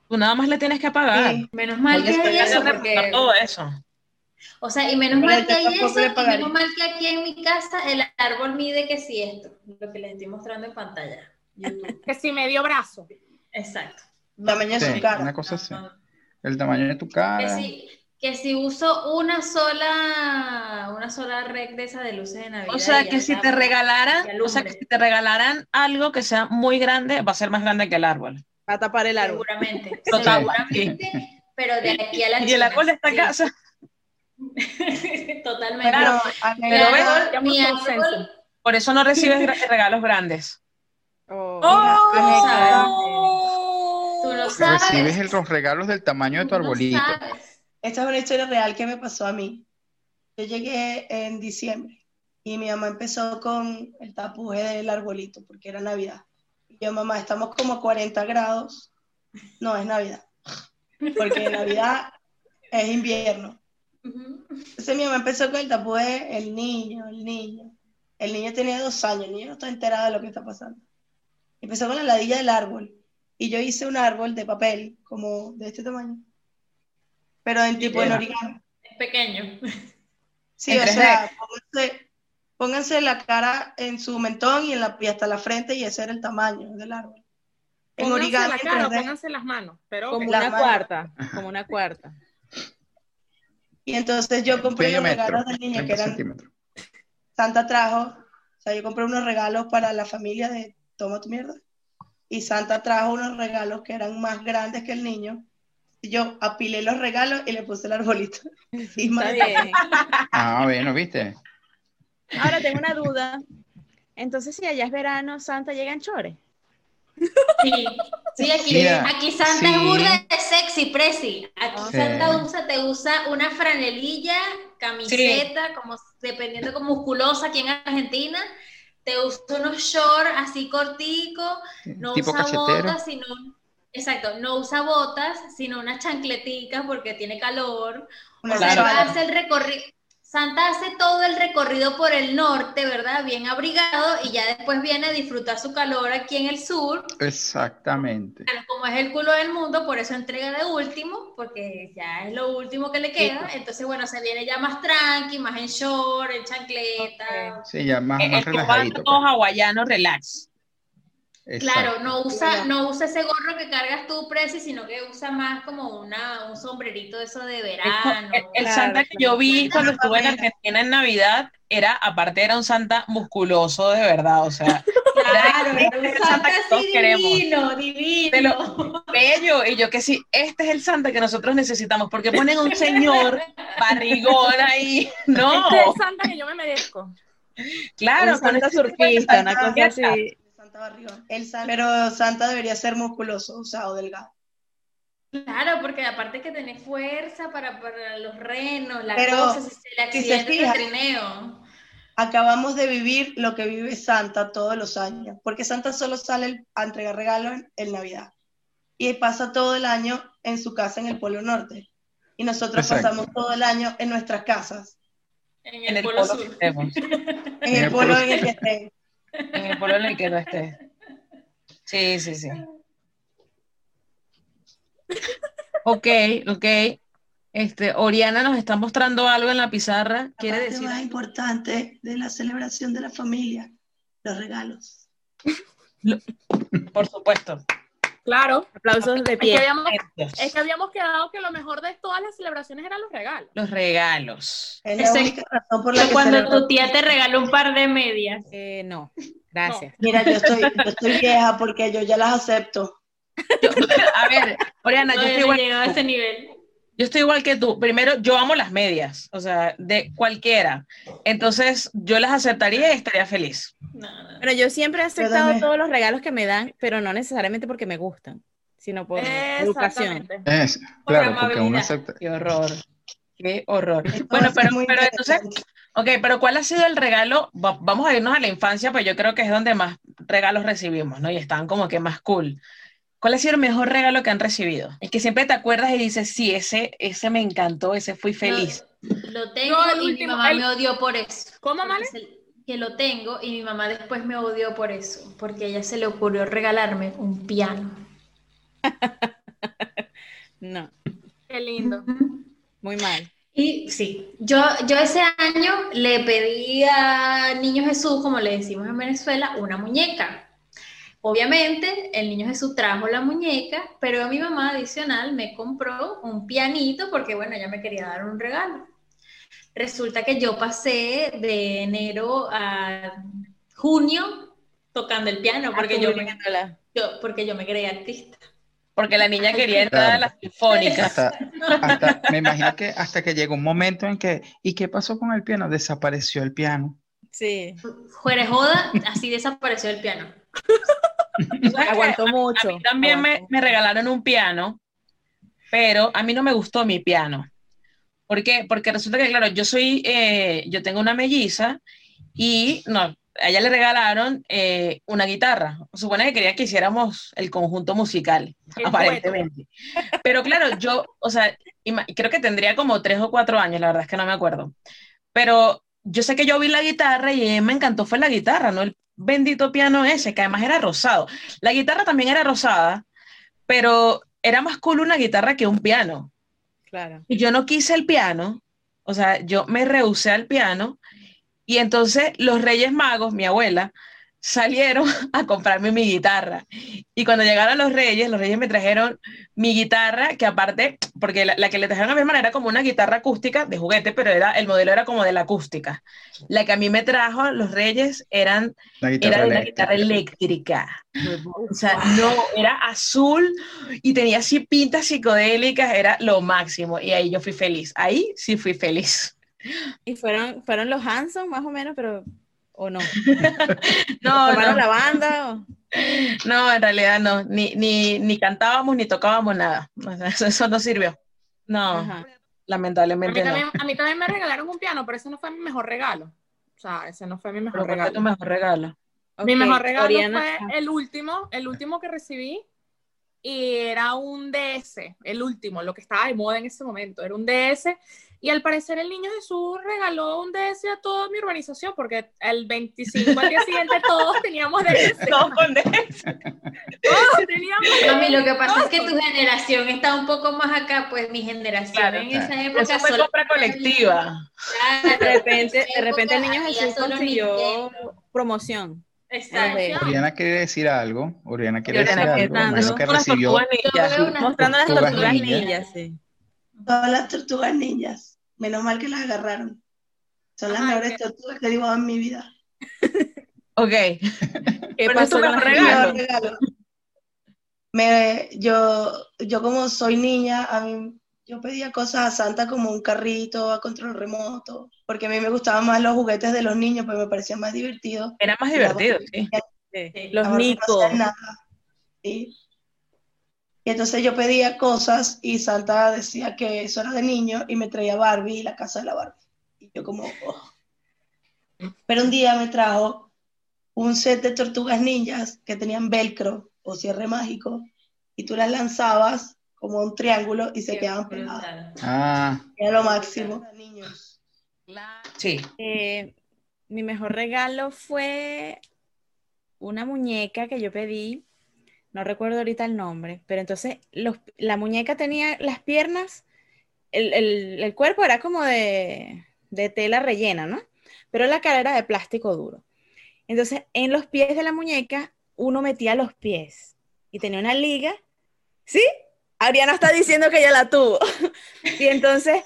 Tú nada más le tienes que Ah, pagar. Sí. Menos mal que Oye, hay espérate, eso, te porque... pagar todo eso. O sea, y menos Pero mal que yo hay tampoco eso, le y pagaría. menos mal que aquí en mi casa el árbol mide que si esto, lo que les estoy mostrando en pantalla. [laughs] YouTube. Que si medio brazo. Exacto. Tamaño de Sí, su cara. una cosa así. No, no, El tamaño de tu Que cara. si, que si uso una sola, una sola red de esa de luces de Navidad. O sea, ya que si está. te que regalaran, alumbre. o sea, que si te regalaran algo que sea muy grande, va a ser más grande que el árbol. Va a tapar el árbol. Seguramente, Total, seguramente, pero de aquí a la Y el árbol de esta China, casa. sí. [laughs] Totalmente. Pero, Pero Adriana, veo- Ya por mi consenso. árbol, Por eso no recibes gra- regalos grandes. Oh. tú no sabes. Recibes el- los regalos del tamaño de tu tú no arbolito. sabes. Esta es una historia real que me pasó a mí. Yo llegué en diciembre y mi mamá empezó con el tapuje del arbolito porque era Navidad. Y yo, mamá, estamos como a 40 grados. No, es Navidad. Porque Navidad es invierno. Ujú. Entonces mi mamá empezó con el tapuje, el niño, el niño. El niño tenía dos años, el niño no está enterado de lo que está pasando. Empezó con la ladilla del árbol. Y yo hice un árbol de papel, como de este tamaño. Pero en tipo en Era. origami. Es pequeño. Sí, En o 3D. sea, pónganse, pónganse la cara en su mentón y, en la, y hasta la frente y ese era el tamaño del árbol. En Pónganse origami, la en cara, 3D. pónganse las manos. Pero Como ok. La una mano. cuarta, como [laughs] una cuarta. Y entonces yo compré Medio los metro, regalos del niño que 30 eran centímetros. Santa trajo. O sea, yo compré unos regalos para la familia de Toma tu mierda. Y Santa trajo unos regalos que eran más grandes que el niño. Y yo apilé los regalos y le puse el arbolito. Y Está más- bien. [laughs] Ah, bueno, ¿viste? Ahora tengo una duda. Entonces, si allá es verano, Santa llega en chores. Sí, sí, aquí, Mira, aquí Santa es sí. burda de sexy, presi. Aquí Sí. Santa usa, te usa una franelilla, camiseta, como dependiendo como musculosa aquí en Argentina. Te usa unos shorts así cortico, no tipo usa cachetero. botas, sino exacto, no usa botas, sino unas chancleticas porque tiene calor. una O sea, Claro. hace el recorrido. Santa hace todo el recorrido por el norte, ¿verdad? Bien abrigado y ya después viene a disfrutar su calor aquí en el sur. Exactamente. Bueno, como es el culo del mundo, por eso entrega de último, porque ya es lo último que le queda. pues. Entonces, bueno, se viene ya más tranqui, más en short, en chancleta. Sí, ya más, más El relajadito. cubano hawaiano relax. pues. Claro, Exacto. no usa, no usa ese gorro que cargas tú, Preci, sino que usa más como una, un sombrerito de eso de verano. El, el Claro, Santa que yo vi cuando estuve en Argentina en Navidad era, aparte era un Santa musculoso de verdad, [laughs] o sea, Claro, Este es un el Santa Santa que todos así queremos. divino, divino. Te lo- bello. Y yo que sí, este es el Santa que nosotros necesitamos, porque ponen a un señor barrigón ahí, [laughs] no, Este es el Santa que yo me merezco. claro, un santa este tipo de surfista, una Santa cosa así. Santa Barriga. El San- Pero Santa debería ser musculoso, o sea, o delgado. Claro, porque aparte que tenés fuerza para, para los renos, la Pero, cosa, si se le si se accidenta fija- el trineo. Acabamos de vivir lo que vive Santa todos los años, porque Santa solo sale el- a entregar regalos en, en Navidad y pasa todo el año en su casa en el Polo Norte. Y nosotros Exacto. pasamos todo el año en nuestras casas, En el, En el polo, polo sur. extremo, en el polo en el que estén. en el polo en el que no esté. Sí, sí, sí. Ok, ok. Este, Oriana nos está mostrando algo en la pizarra. [laughs] Quiere La parte decir. más importante de la celebración de la familia, los regalos. Por supuesto. Claro. Aplausos de Es que, pie. habíamos, es que habíamos quedado que lo mejor de todas las celebraciones eran los regalos. Los regalos. Es la Ese- única razón por la que Cuando celebramos. tu tía te regaló un par de medias. Eh, no, gracias. Mira, yo estoy, yo estoy vieja porque yo ya las acepto. A ver, Oriana, yo Todavía estoy no igual, llegaba a ese nivel. yo estoy igual que tú. Primero, yo amo las medias, o sea, de cualquiera. Entonces, yo las aceptaría y estaría feliz. No, no. Pero yo siempre he aceptado también. todos los regalos que me dan, pero no necesariamente porque me gustan, sino por educación. Exactamente. Es- claro, porque amabilidad. uno acepta. Qué horror. Qué horror. Esto va Bueno, a ser pero, muy pero entonces, interesante. ok, pero ¿cuál ha sido el regalo? Va- vamos a irnos a la infancia, pues yo creo que es donde más regalos recibimos, ¿no? Y están como que más cool. ¿Cuál ha sido el mejor regalo que han recibido? El que siempre te acuerdas y dices, sí, ese, ese me encantó, ese fui feliz. Lo, lo tengo No, el y último, mi mamá el- me odió por eso. ¿Cómo, Male? Porque se- Que lo tengo y mi mamá después me odió por eso, porque a ella se le ocurrió regalarme un piano. No, Qué lindo. muy mal. Y sí, yo, yo ese año le pedí a Niño Jesús, como le decimos en Venezuela, una muñeca. Obviamente, el Niño Jesús trajo la muñeca, pero mi mamá adicional me compró un pianito porque, bueno, ella me quería dar un regalo. Resulta que yo pasé de enero a junio tocando el piano Ah, Ah, porque yo, me- Acumulándola. yo- porque yo me creía artista. Porque la niña quería entrar a la [laughs] sinfónica. Hasta, hasta- me imagino que hasta que llegó un momento en que, ¿y qué pasó con el piano? Desapareció el piano. Sí, Fuera de joda, así desapareció el piano. aguantó mucho. A mí también me, aguantó. me regalaron un piano, pero a mí no me gustó mi piano. ¿Por qué? Porque resulta que, claro, yo soy, eh, yo tengo una melliza y no, a ella le regalaron eh, una guitarra. Supone que quería que hiciéramos el conjunto musical, [laughs] El aparentemente. Pero claro, yo, o sea, ima- creo que tendría como tres o cuatro años, la verdad es que no me acuerdo. Pero yo sé que yo vi la guitarra y me encantó fue la guitarra, no el bendito piano ese, que además era rosado. La guitarra también era rosada, pero era más cool una guitarra que un piano. Claro. Y yo no quise el piano, o sea, yo me rehusé al piano. Y entonces los Reyes Magos, mi abuela, salieron [laughs] a comprarme mi guitarra. Y cuando llegaron los Reyes, los Reyes me trajeron mi guitarra, que aparte, porque la, la que le trajeron a mi hermana era como una guitarra acústica de juguete, pero era, el modelo era como de la acústica. La que a mí me trajo los Reyes eran La era guitarra de una eléctrica. guitarra eléctrica. O sea, no, era azul y tenía así pintas psicodélicas, era lo máximo. Y ahí yo fui feliz. Ahí sí [laughs] fui feliz. Y fueron, fueron los Hanson más o menos, pero o no. No, ¿Formaron no, la banda? o- no, en realidad no. Ni, ni, ni cantábamos ni tocábamos nada. O sea, eso, eso no sirvió. No, Ajá. A mí, lamentablemente no. también, a mí también me regalaron un piano, pero ese no fue mi mejor regalo. O sea, ese no fue mi Pero mejor ¿cuál fue tu regalo. mejor regalo? [laughs] Ok, Mi mejor regalo Oriana- fue el último, el último que recibí. Y era un DS, el último, lo que estaba de moda en ese momento. Era un DS Y al parecer el niño Jesús regaló un DS a toda mi urbanización, porque el 25 al día siguiente todos teníamos DS. Todos [laughs] con DS. Todos teníamos Mami, lo que DS. pasa es que tu generación está un poco más acá, pues mi generación Claro, en claro. esa época Eso fue solo- compra colectiva. Claro, De repente, de en repente el niño esa época Jesús había solo consiguió Nintendo. promoción. Exacto. Oriana quiere decir algo. Oriana quiere Oriana decir quiere algo. decir algo. Imagino que Con las recibió. tortugas ninja. Yo veo una- Mostrando las Tortugas tortugas ninja. ninjas, sí. Todas las tortugas ninjas. Menos mal que las agarraron. Son las Ay, mejores qué- tortugas que he dibujado en mi vida. [laughs] Ok. ¿Qué Pero pasó tú me con las regalas. ninjas? Yo regalo. Me, yo, yo como soy niña, a mí- yo pedía cosas a Santa como un carrito a control remoto, porque a mí me gustaban más los juguetes de los niños, pues me parecían más divertidos. Era más divertido, sí. Sí, Los Ahora no Nico. hacen nada, ¿sí? Y entonces yo pedía cosas y Santa decía que eso era de niño y me traía Barbie y la casa de la Barbie. Y yo como... oh. Pero un día me trajo un set de tortugas ninjas que tenían velcro o cierre mágico y tú las lanzabas como un triángulo y se quedaban pegadas. [laughs] Ah, Era lo máximo. Niños. Sí. Eh, mi mejor regalo fue una muñeca que yo pedí, no recuerdo ahorita el nombre, pero entonces los- la muñeca tenía las piernas, el, el- el cuerpo era como de, de tela rellena, ¿no? Pero la cara era de plástico duro. Entonces, en los pies de la muñeca, uno metía los pies y tenía una liga, ¿sí? Ariana está diciendo que ella la tuvo. [laughs] Y entonces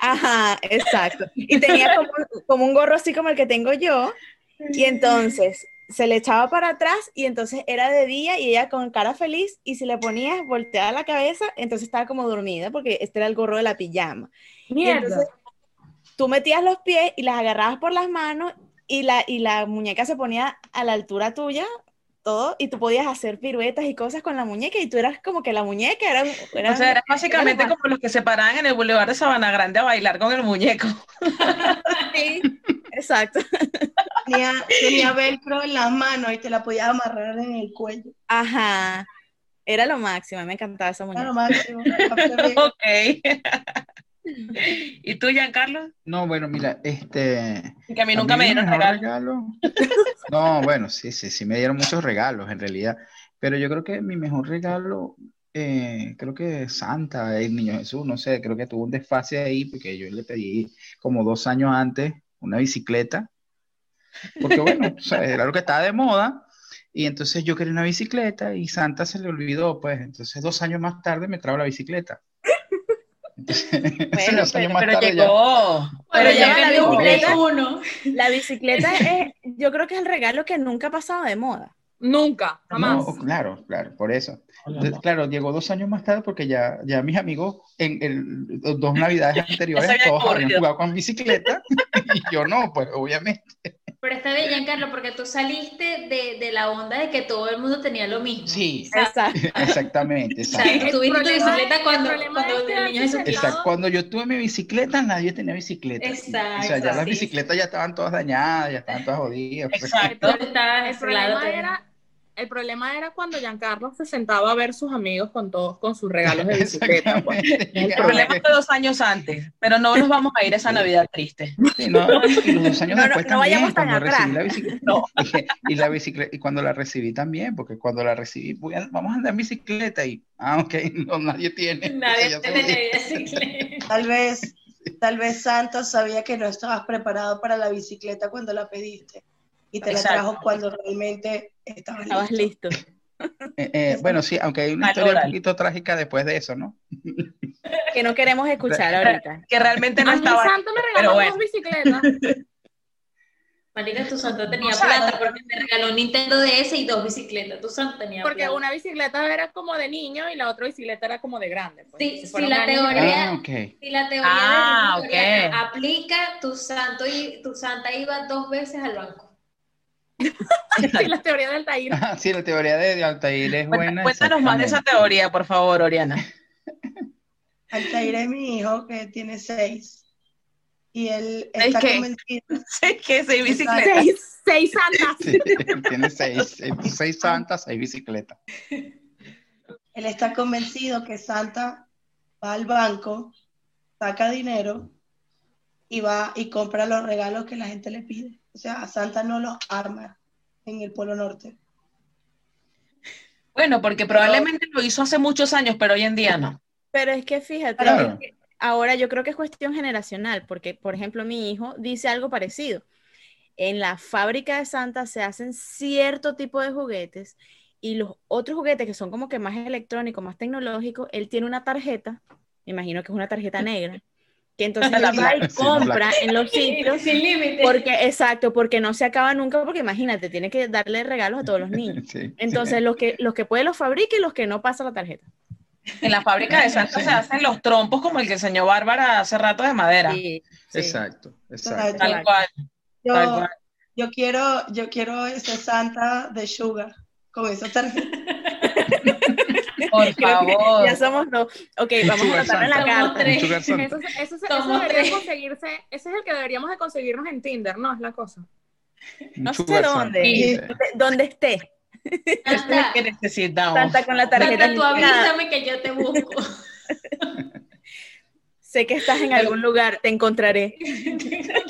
Ajá, exacto. Y tenía como, como un gorro así como el que tengo yo. Y entonces se le echaba para atrás y entonces era de día y ella con cara feliz y si le ponías volteada la cabeza, entonces estaba como dormida porque este era el gorro de la pijama. Y entonces tú metías los pies y las agarrabas por las manos y la, y la muñeca se ponía a la altura tuya, todo, y tú podías hacer piruetas y cosas con la muñeca y tú eras como que la muñeca era... era- O sea, era básicamente como los que se paraban en el Boulevard de Sabana Grande a bailar con el [laughs] muñeco. Sí, exacto. Tenía, tenía velcro en las manos y te la podías amarrar en el cuello. Ajá. Era lo máximo, me encantaba esa Era muñeca. lo máximo. Ok. [laughs] ¿Y tú, Giancarlo? no, bueno, mira, este. Que a mí A nunca mí me mi dieron mejor regalo. regalo- [laughs] No, bueno, sí, sí, sí, me dieron muchos regalos en realidad, pero yo creo que mi mejor regalo, eh, creo que Santa, el Niño Jesús, no sé, creo que tuvo un desfase ahí porque yo le pedí como dos años antes una bicicleta, porque bueno, tú sabes, era lo que estaba de moda, y entonces yo quería una bicicleta y Santa se le olvidó, pues, entonces dos años más tarde me trajo la bicicleta. Entonces, [laughs] Bueno, dos años más Pero tarde ya- llegó. Pero ya ya la me vi dio un completa. Play uno. La bicicleta [laughs] es, yo creo que es el regalo que nunca ha pasado de moda. Nunca, jamás. No, claro, claro, por eso. Entonces, claro, llegó dos años más tarde porque ya, ya mis amigos en el, dos navidades anteriores habían todos habían corrido. jugado con bicicleta [laughs] y yo no, pues obviamente. Pero está bien, Giancarlo, porque tú saliste de, de la onda de que todo el mundo tenía lo mismo. Sí, Exacto. [laughs] exactamente, O sea, exacto. El tú viste tu problema- bicicleta cuando, el problema cuando es que el niño Jesús antes quiso. Exacto. Cuando yo tuve mi bicicleta, nadie tenía bicicleta. Exacto, o sea, ya las sí, bicicletas ya estaban todas dañadas, ya estaban todas jodidas. pues. [laughs] Exacto. Tú estabas El en su lado problema, también. era, el problema era cuando Giancarlo se sentaba a ver sus amigos con todos con sus regalos de bicicleta. pues. Exactamente. El problema fue dos años antes, pero no nos vamos a ir a esa Navidad triste. Sí, no, y los dos años No, no, después no también, vayamos tan cuando recibí la atrás. bicicleta. No. Y la bicicleta, y cuando la recibí también, porque cuando la recibí, voy a- vamos a andar en bicicleta y, ah, ok, [laughs] no, nadie tiene. Nadie Entonces, ya se tenía jodió. bicicleta. Tal vez, tal vez Santa sabía que no estabas preparado para la bicicleta cuando la pediste y te Exacto. la trajo cuando realmente estabas, Estabas listo. listo. Eh, eh, bueno, sí, aunque hay una historia Valora. un poquito trágica después de eso, ¿no? Que no queremos escuchar ahorita. Que realmente no A mí estaba. Santo me pero regaló bueno. dos bicicletas. Marica, tu santo tenía santo. plata porque te regaló un Nintendo DS y dos bicicletas. Tu santo tenía Porque plata. una bicicleta era como de niño y la otra bicicleta era como de grande. pues. Sí, Se sí, fueron la años. teoría- Ah, ok. [laughs] Si la teoría Ah, de Oriana ok. aplica, tu santo y tu santa iba dos veces al banco. Sí, la teoría del Tair. Ah, sí, la teoría de, de Altair es [laughs] buena. Cuéntanos más de esa teoría, por favor, Oriana. [laughs] Altair es mi hijo que tiene seis y él ¿Seis está qué? convencido. Sí, que sí, bicicleta. Seis, [laughs] seis santas. Sí, [laughs] tiene seis, seis, seis santas, seis bicicletas. Él está convencido que Santa va al banco saca dinero y va y compra los regalos que la gente le pide. O sea, a Santa no los arma en el Polo Norte. Bueno, porque probablemente lo hizo hace muchos años, pero hoy en día no. Pero es que fíjate, Claro. es que ahora yo creo que es cuestión generacional, porque por ejemplo mi hijo dice algo parecido. En la fábrica de Santa se hacen cierto tipo de juguetes y los otros juguetes que son como que más electrónicos, más tecnológicos, él tiene una tarjeta, me imagino que es una tarjeta negra, que entonces La él va y black, sí, [laughs] la compra en los Sin, [laughs] sitios sin límite. porque, exacto, porque no se acaba nunca, porque imagínate, tiene que darle regalos a todos los niños. Sí, Entonces, los que, los que puede los fabrica y los que no pasa la tarjeta. En la fábrica de Santa Sí. se hacen los trompos como el que enseñó Bárbara hace rato de madera. Sí, sí. Exacto, exacto. Total. Tal [laughs] cual, tal Yo, cual. yo quiero, yo quiero ese Santa de Sugar con esa tarjeta. Por Creo que favor. Ya somos dos. Ok, vamos a anotarlo Sugar en la carta. Santa. Somos tres. Un [laughs] sugar santa. Eso, se- eso se- Somos eso debería tres. conseguirse, ese es el que deberíamos de conseguirnos en Tinder, ¿no? Es la cosa. Un no sé sugar santa, dónde. sí. Donde- Donde esté. Este es el Santa, que necesitamos. Santa con la tarjeta. Santa, tú indicada. avísame que yo te busco. Sé que estás en algún lugar, te encontraré.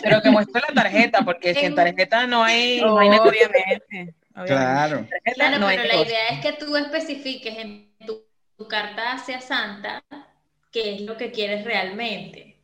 Pero que muestre la tarjeta, porque En- Oh, sin tarjeta no hay, no hay negocio. Obviamente. obviamente. Claro, Sin tarjeta Claro, no hay pero la negocio. idea es que tú especifiques en tu, tu carta hacia Santa qué es lo que quieres realmente.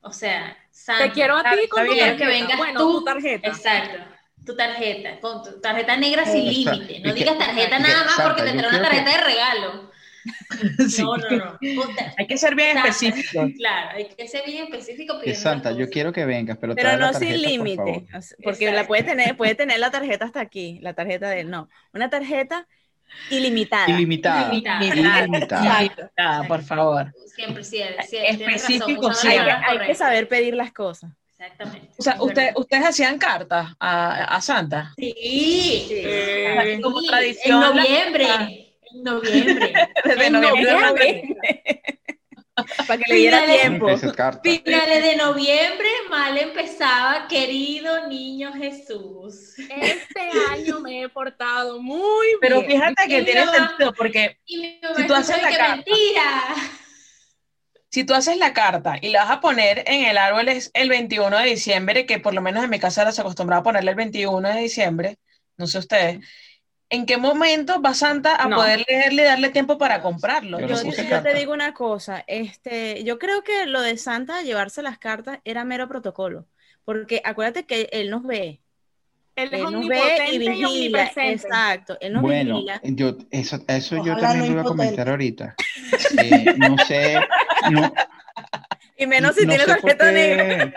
O sea, Santa. Te quiero a Claro, ti está con tu bien. tarjeta. Que vengas bueno, tú. tu tarjeta. Exacto. Tu tarjeta, con tu tarjeta negra sin O sea, límite. No y que- digas tarjeta y que, nada más Santa, porque te yo trae una quiero que- tarjeta de regalo. [laughs] Sí. No, no, [laughs] no. O ta- Hay que ser bien Santa. específico. Claro, hay que ser bien específico. que pidiendo Santa, las yo cosas. quiero que vengas, pero, Pero trae la no sin tarjeta, por favor. límite, o sea, porque la Exacto. puede tener, puede tener la tarjeta hasta aquí, la tarjeta de él, no, una tarjeta ilimitada. Ilimitada. Ilimitada. Ilimitada. Exacto. Ah, por favor. Siempre, siempre, siempre tienes razón, Específico, usando sí, la Hay que, palabra hay que correcta. saber pedir las cosas. Exactamente. O sea, Es usted- verdad. ustedes hacían cartas a, a Santa. Sí. Sí. Como tradición, En la- noviembre. Ah. En [laughs] noviembre. Desde En noviembre. noviembre. Para que le diera Finales. tiempo. Esas cartas. Finales de noviembre, mal empezaba, querido niño Jesús. [laughs] Este año me he portado muy Pero bien. fíjate que Y tiene no. sentido, porque Y mi mamá Si tú haces escuchó la que carta. mentira. si tú haces la carta y la vas a poner en el árbol es el 21 de diciembre, que por lo menos en mi casa era se acostumbraba a ponerle el 21 de diciembre, no sé ustedes, ¿en qué momento va Santa a No. poder leerle y darle tiempo para comprarlo? Yo Yo, no puse yo te carta. digo una cosa, este, yo creo que lo de Santa llevarse las cartas era mero protocolo, porque acuérdate que él nos ve, Él es él nos ve omnipotente y y, vigila, omnipresente. exacto, él nos Bueno, vigila. yo, eso, eso yo Ojalá también no lo iba a impotente. [laughs] comentar ahorita. Eh, no sé, no, Y menos si tiene sé por tarjeta qué- negra.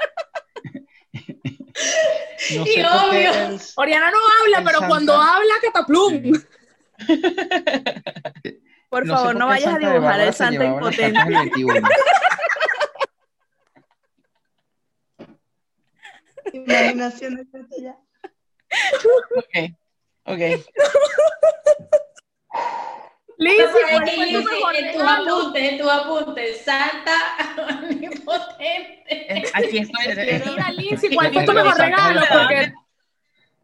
[laughs] No Y sé por qué obvio. el- Oriana no habla, El pero Santa. cuando habla, cataplum. [laughs] Por sé favor, por no qué vayas a Santa de dibujar Bárbara al se Santa llevaba las impotente. cartas el 21. [laughs] Imaginación de Santa ya. Ok, ok. Lizzy, Por ahí ¿cuál fue que tu dice, mejor en tus regalo? apuntes, en tus apuntes, Santa [laughs] omnipotente. Eh, Aquí [laughs] estoy. eh, eh, Mira, Lizzy, ¿cuál fue tu Lo de mejor Santa de regalo? Bárbara. Porque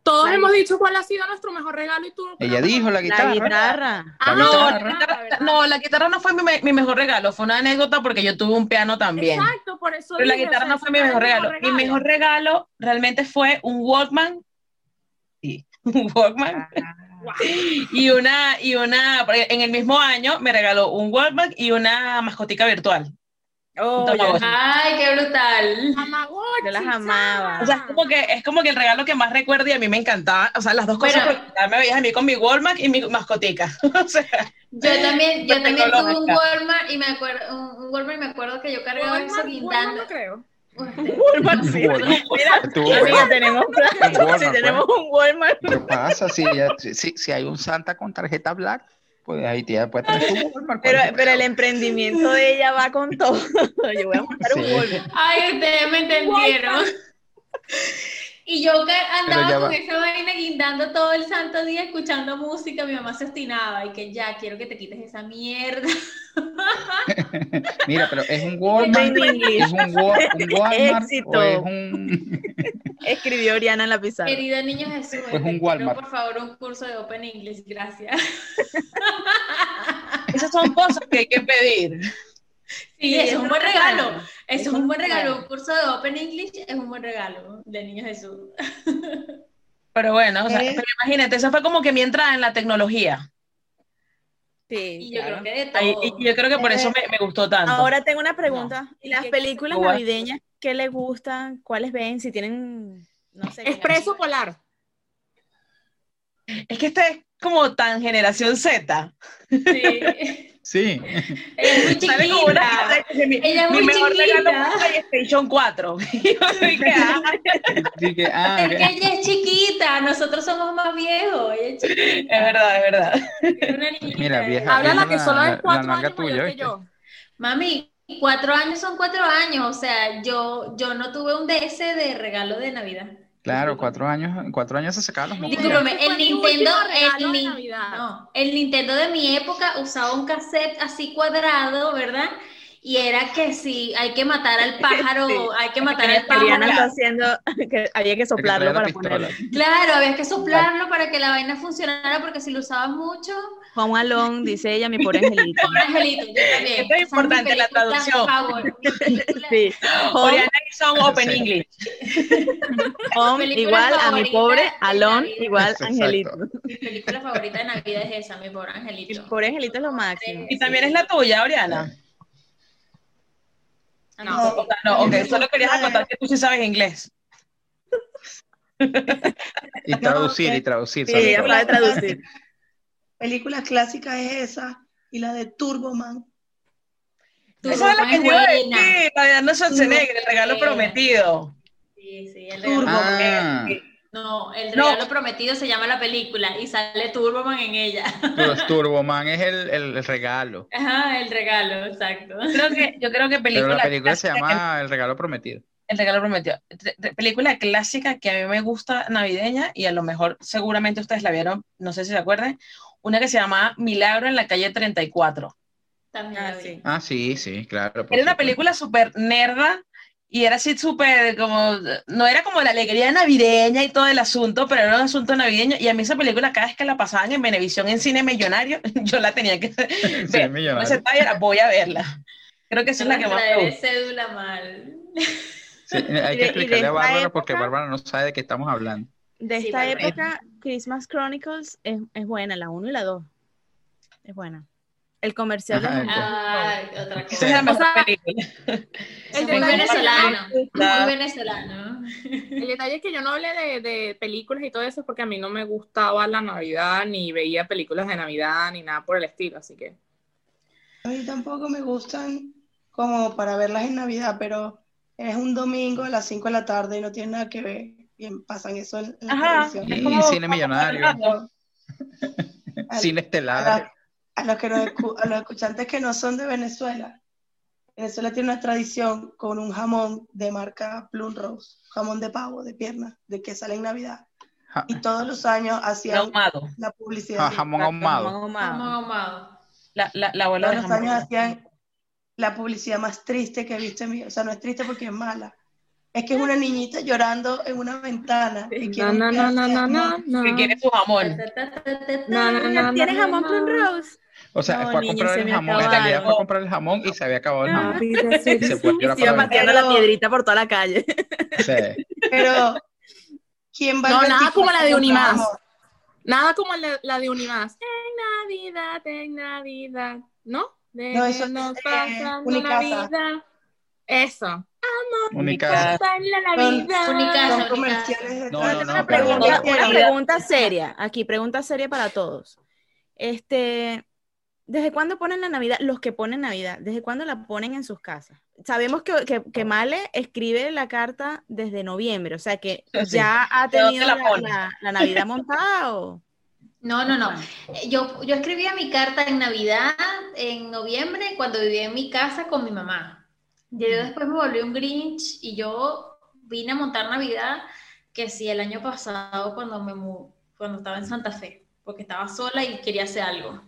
todos hemos dicho cuál ha sido nuestro mejor regalo y tú. Ella dijo la La guitarra. guitarra. Ah, la No, no, la guitarra, no, la guitarra no fue mi, me- mi mejor regalo, fue una anécdota porque yo tuve un piano también. Exacto, por eso. Pero la dije, o guitarra sea, no fue mi ese mejor regalo. Mi mejor regalo realmente fue un Walkman. Sí, [laughs] un Walkman. Wow. [laughs] Y una, y una, porque en el mismo año me regaló un Walkman y una mascotica virtual. Oh, Un yo, Tamagotchi. [laughs] Ay, qué brutal. Tamagotchi, Yo las chama. amaba. O sea, es Ah. como que, es como que el regalo que más recuerdo y a mí me encantaba. O sea, las dos cosas, Bueno. porque ya me veías a mí con mi Walkman y mi mascotica. O sea, Yo también, yo Yo también tengo tuve un lógica. Walmart y me acuerdo, un, un Walmart y me acuerdo que yo cargaba Walmart, eso Walmart guindando. no creo. Walkman, Un sí. Walkman. Mira, Tuvo un Amiga, tenemos plan. Walmart, si pues. tenemos un Walmart. ¿Qué pasa? Si, ella- si, si hay un Santa con tarjeta black, pues ahí te [laughs] puede tener tu Walmart. Pero, ¿cuál es? pero el emprendimiento de ella va con todo. [laughs] Yo voy a montar un Sí. Walmart. Ay, ustedes me entendieron. Y yo ca- Pero ya andaba va. con esa vaina guindando todo el santo día escuchando música, mi mamá se obstinaba y que ya quiero que te quites esa mierda. Mira, pero es un Walmart. Training English. Es un, Wa- un Walmart. Éxito. O es un. [laughs] Escribió Oriana en la pizarra. Querido niño Jesús, Pues un te quiero, Walmart. por favor un curso de Open English, gracias. esas son cosas que hay que pedir. Sí, eso es un buen regalo. es un buen regalo. Un curso de Open English es un buen regalo de Niño Jesús. Pero bueno, o sea, Eh. pero imagínate, eso fue como que mi entrada en la tecnología. Sí, Y yo claro. creo que de todo. Ahí- y yo creo que por eso me, me gustó tanto. Ahora tengo una pregunta. ¿Y las películas Guay. navideñas qué les gustan? ¿Cuáles ven? Si tienen, no sé. Expreso Polar. es que esta es como tan generación Z. [laughs] Sí. Sí, Ella es muy ¿Sabes? Como una [laughs] chiquita. cosa que mi, Ella es mi muy mejor regalo chiquita. fue un PlayStation 4. [laughs] Y yo dije, ah, dije, ah, Es que ok. ella es chiquita, nosotros somos más viejos. Ella es chiquita. es verdad, es verdad. es una niñita. Mira, vieja. Habla la que la- solo la- es la cuatro manga años tuya, mayor que ¿viste? yo. Mami, cuatro años son cuatro años. O sea, yo, yo no tuve un DS de regalo de Navidad. Claro, cuatro años, en cuatro años se sacaban los mocos. Discúlpame, Ese fue el mi último Nintendo, regalo el de Nin- Navidad. No, el Nintendo de mi época usaba un cassette así cuadrado, ¿verdad? Y era que si hay que matar al pájaro, Sí. hay que matar al pájaro. Ariana está haciendo [laughs] que había que que traía soplarlo la para pistola. ponerlo. Claro, había que soplarlo para que la vaina funcionara, porque si lo usabas mucho, Juan Alón, dice ella, mi pobre angelito. [laughs] pobre angelito, yo también. Esto es importante, la traducción. Sí. Home, Oriana y [laughs] son Open Sí. English. home, película igual a mi favorita pobre de Alon, Navidad. igual Exacto. angelito. Mi película favorita de Navidad es esa, mi pobre Mi angelito. pobre angelito es lo máximo. Y también es la tuya, Oriana. Ah, No. sí. O sea, no, ok, solo querías Vale. acotar que tú sí sabes inglés. Y traducir, y traducir, Sí, sobre ya todo. sabe traducir. Película clásica es esa y la de Turboman. Tu Esa es la ropa que es yo iba a buena. decir, la de Arnold Schwarzenegger, el regalo Sí. prometido. Sí, sí, el Turbo. regalo. Ah, No, el No. regalo prometido se llama la película y sale Turboman en ella. [laughs] Tur- Turboman es el, el regalo. Ajá, el regalo, exacto. Creo que, yo creo que película. Pero la película se clásica que- llama El regalo prometido. El regalo prometido. Tre- tre- Película clásica que a mí me gusta navideña y a lo mejor seguramente ustedes la vieron, no sé si se acuerdan. Una que se llamaba Milagro en la calle 34. También Ah, la vi. sí. Ah, sí, sí, claro. por Era una supuesto. película súper nerda y era así súper como, no era como la alegría navideña y todo el asunto, pero era un asunto navideño y a mí esa película cada vez que la pasaban en Venevisión en Cine Millonario, [laughs] yo la tenía que ver. Sí, Yo me millonario. sentaba y era, voy a verla. Creo que esa es la que más me Traeré gusta. cédula mal. Sí, hay Y que de- y de explicarle a esa Bárbara porque época- Bárbara no sabe de qué estamos hablando. De Sí, esta vale. época, Christmas Chronicles es, es buena, la 1 y la 2. Es buena. El comercial de Ajá, Hong Kong. Ah, otra Sí. Esa es la cosa. mejor sea, película. Es El muy detalle- venezolano. La- Muy venezolano. El detalle es que yo no hablé de, de películas y todo eso es porque a mí no me gustaba la Navidad, ni veía películas de Navidad, ni nada por el estilo, así que. A mí tampoco me gustan como para verlas en Navidad, pero es un domingo a las 5 de la tarde y no tiene nada que ver. Bien, pasan eso en la Ajá. televisión. Es Y como- cine millonario, Al- cine a, estelar. la- a los que nos escu- a los escuchantes que no son de Venezuela. Venezuela tiene una tradición con un jamón de marca Plum Rose, jamón de pavo, de pierna, de que sale en Navidad. Ja- Y todos los años hacían ahumado. la ja- publicidad. [laughs] jamón ahumado. Jamón ahumado. La, la, la abuela Todos de los jamón. años hacían la publicidad más triste que he visto en mi O sea, no es triste porque es mala. Es que es una niñita llorando en una ventana. y quiere No, un no, no, no, pedazo de no, no, jamón. Que quiere su jamón. No, no, no, ¿Tienes no, jamón no. Plum Rose? O sea, No, fue a niña, comprar se el me jamón. En acabaron. realidad fue a comprar el jamón y se había acabado el jamón. Y se fue a llorar Se iba para adentro. pateando la piedrita por toda la calle. Sí. Pero, ¿quién va a No, nada invertir como la de con Unimás. jamón? Nada como la, la de Unimás. En Navidad, en Navidad, ¿no? De No, que eso es, nos eh, pasan la Unicasa. Navidad. Eso. Única. Está en la Son- Navidad. Unicasa. Son comerciales de No, tal. no, no, Una pero- pregunta, una una pregunta. pregunta seria, aquí, pregunta seria para todos. Este, ¿desde cuándo ponen la Navidad? Los que ponen Navidad, ¿desde cuándo la ponen en sus casas? Sabemos que, que, que Male escribe la carta desde noviembre, o sea que Sí. ya ha ¿De dónde tenido la la, pones? la- la Navidad montada o... No, no, no. Eh, Yo, yo escribía mi carta en Navidad, en noviembre, cuando vivía en mi casa con mi mamá. Yo Mm. después me volví un Grinch y yo vine a montar Navidad, que sí, el año pasado cuando me mu- cuando estaba en Santa Fe, porque estaba sola y quería hacer algo.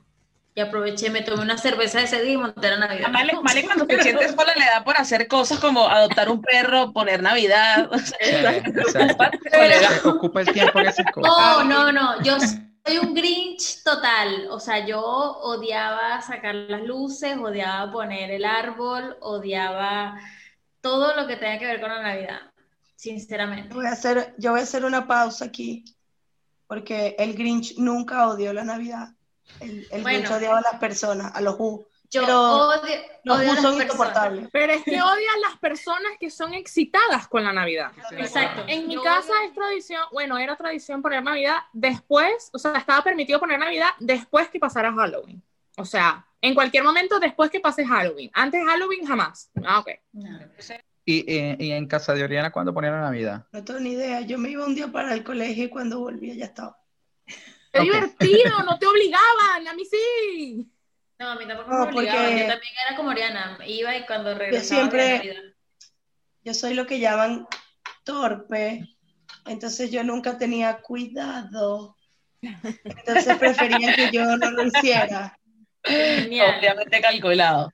Y aproveché, me tomé una cerveza ese día y monté la A Navidad. Male, Male cuando te sientes sola le da por hacer cosas como adoptar un perro, poner Navidad. [laughs] O sea, Sí, exacto. Pero- Se ocupa el tiempo en esas cosas. No, no, no, yo soy un Grinch total, o sea, yo odiaba sacar las luces, odiaba poner el árbol, odiaba todo lo que tenga que ver con la Navidad, sinceramente. Voy a hacer, yo voy a hacer una pausa aquí, porque el Grinch nunca odió la Navidad. El, el Bueno. Grinch odiaba a las personas, a los U. Yo Pero odio, Los odio U a las son personas. insoportables. Pero es que odian las personas que son excitadas con la Navidad. Exacto. En mi Yo casa odio- es tradición, bueno, era tradición poner Navidad después, o sea, estaba permitido poner Navidad después que pasara Halloween. O sea, en cualquier momento después que pase Halloween. Antes Halloween jamás. Ah, ok. No. Y, eh, y en casa de Oriana, ¿cuándo ponían la Navidad? No tengo ni idea. Yo me iba un día para el colegio y cuando volvía ya estaba. Qué Ok. divertido, no te obligaban, a mí [laughs] sí. No, a mí tampoco No, me obligaban. porque- Yo también era como Oriana. Iba y cuando regresaba. siempre- de Navidad. Yo soy lo que llaman torpe, entonces yo nunca tenía cuidado. Entonces prefería que yo no lo hiciera. Genial. Obviamente calculado.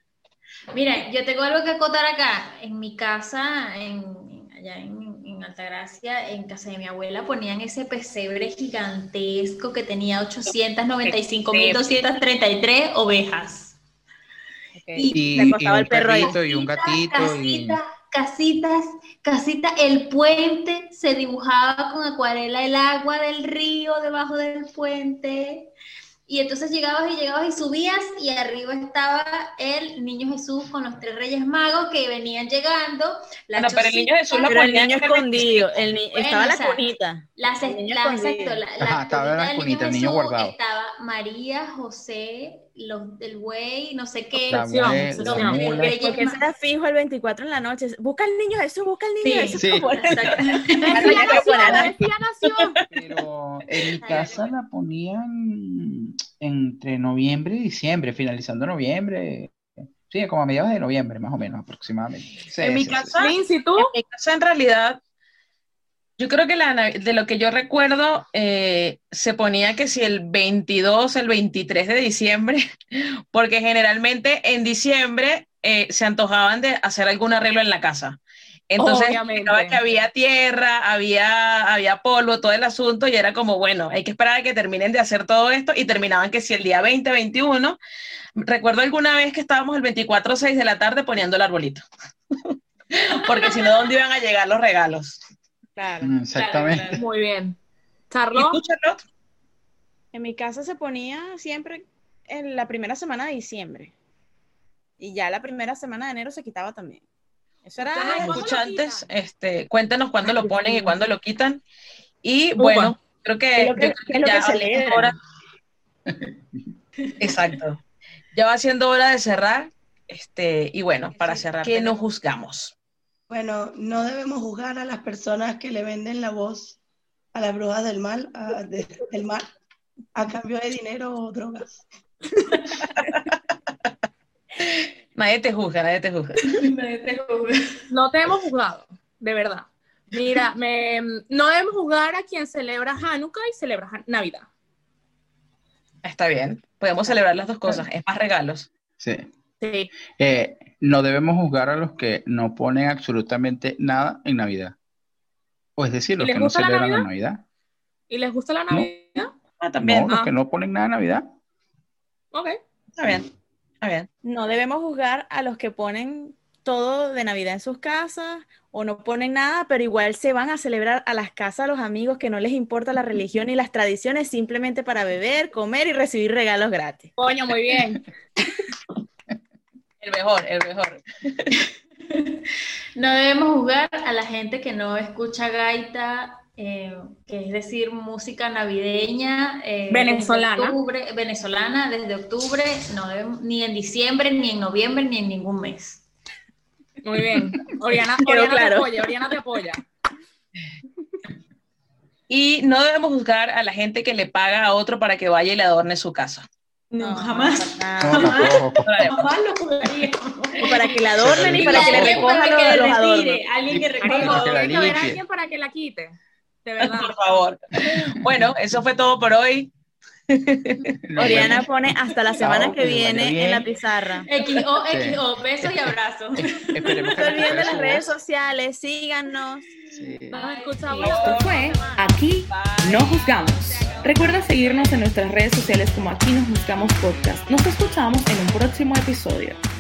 Mira, yo tengo algo que acotar acá. En mi casa, en, en- allá en, en Altagracia, en casa de mi abuela, ponían ese pesebre gigantesco que tenía 895.233 ovejas. Y, Le costaba y un el perro ahí. perrito y un gatito. Y... Casitas, casitas, casitas. El puente se dibujaba con acuarela, el agua del río debajo del puente. Y entonces llegabas y llegabas y subías y arriba estaba el niño Jesús con los tres reyes magos que venían llegando. la Bueno, pero el chocita, niño Jesús lo Pero el ponía niño en el- escondido, el ni- Bueno, estaba o la sea, cunita. las, El niño la- escondido. exacto, la, Ajá, estaba cunita la del cunita, el niño Jesús, guardado. Estaba María, José, los del güey, no sé qué. La los mue- los la tres mula. reyes Porque eso [laughs] magos. era fijo el 24 en la noche. Busca al niño Jesús, busca al niño Sí. Jesús. Sí. Exacto. Decía nación, Bueno, decía nación. Pero en mi Ay, casa ay, la ponían entre noviembre y diciembre, finalizando noviembre. Sí, como a mediados de noviembre, más o menos, aproximadamente. Sí, En mi sí, casa- Lindsay, ¿tú? En mi casa, en realidad, yo creo que la, nav- de lo que yo recuerdo, eh, se ponía que si el 22, el 23 de diciembre, [laughs] porque generalmente en diciembre eh, se antojaban de hacer algún arreglo en la casa. Entonces, Obviamente. explicaba que había tierra, había, había polvo, todo el asunto, y era como, bueno, hay que esperar a que terminen de hacer todo esto, y terminaban que si el día 20, 21, recuerdo alguna vez que estábamos el 24 o 6 de la tarde poniendo el arbolito, [laughs] porque si no, ¿dónde iban a llegar los regalos? Claro. sí. Exactamente. Muy bien. ¿Y tú, Charlotte, Charlotte? En mi casa se ponía siempre en la primera semana de diciembre. Y ya la primera semana de enero se quitaba también. Eso era. Ustedes, algo- escuchantes, este, cuéntenos cuándo Ay, lo Dios ponen y mío. cuándo lo quitan, y Upa. bueno, creo que, ¿Qué es lo que- yo creo qué es lo que ya ahorita celebran? es hora- Exacto. Ya va siendo hora de cerrar. Este, y bueno, para cerrar, que no juzgamos. Bueno, no debemos juzgar a las personas que le venden la voz a las brujas del mal, a- de- del mal, a cambio de dinero o drogas. Nadie te juzga, nadie te juzga. no te hemos juzgado, de verdad. Mira, me- no debemos juzgar a quien celebra Hanukkah y celebra Han- Navidad. Está bien. Podemos celebrar las dos cosas. Es más regalos. Sí. Sí. Eh, no debemos juzgar a los que no ponen absolutamente nada en Navidad. O es decir, los les que no gusta la celebran la Navidad. ¿Y les gusta la Navidad? Ah, No, también. los ah. que no ponen nada en Navidad. Ok. Está bien. Está bien. No debemos juzgar a los que ponen todo de Navidad en sus casas o no ponen nada, pero igual se van a celebrar a las casas a los amigos que no les importa la religión y las tradiciones simplemente para beber, comer y recibir regalos gratis. Coño, muy bien. El mejor, el mejor. No debemos juzgar a la gente que no escucha gaita, eh, que es decir, música navideña. eh, Venezolana. desde octubre- venezolana desde octubre, no debemos- ni en diciembre, ni en noviembre, ni en ningún mes. Muy bien. Oriana, Quedó Oriana te claro. apoya, Oriana te apoya. Y no debemos juzgar a la gente que le paga a otro para que vaya y le adorne su casa. No, Ah. No, tampoco. No lo haremos. Jamás lo jugaría. O para que la adornen y Sí, para que claro. le recojan los, los adornos. Alguien que Sí, recoja. para Por que favor, la tiene que haber limpie. alguien para que la quite. De verdad. Por favor. Bueno, eso fue todo por hoy. Nos Oriana vemos. pone hasta Ah, la Chao, semana que que les vaya viene en la bien. pizarra. XO, XO, besos y abrazos. Eh, Esperemos No que se olviden recupere de su las voz. redes sociales, síganos. Sí. Ah. Nos escuchamos. Esto Esto fue Aquí No Juzgamos. Recuerda seguirnos en nuestras redes sociales como Aquí Nos Juzgamos Podcast. Nos escuchamos en un próximo episodio.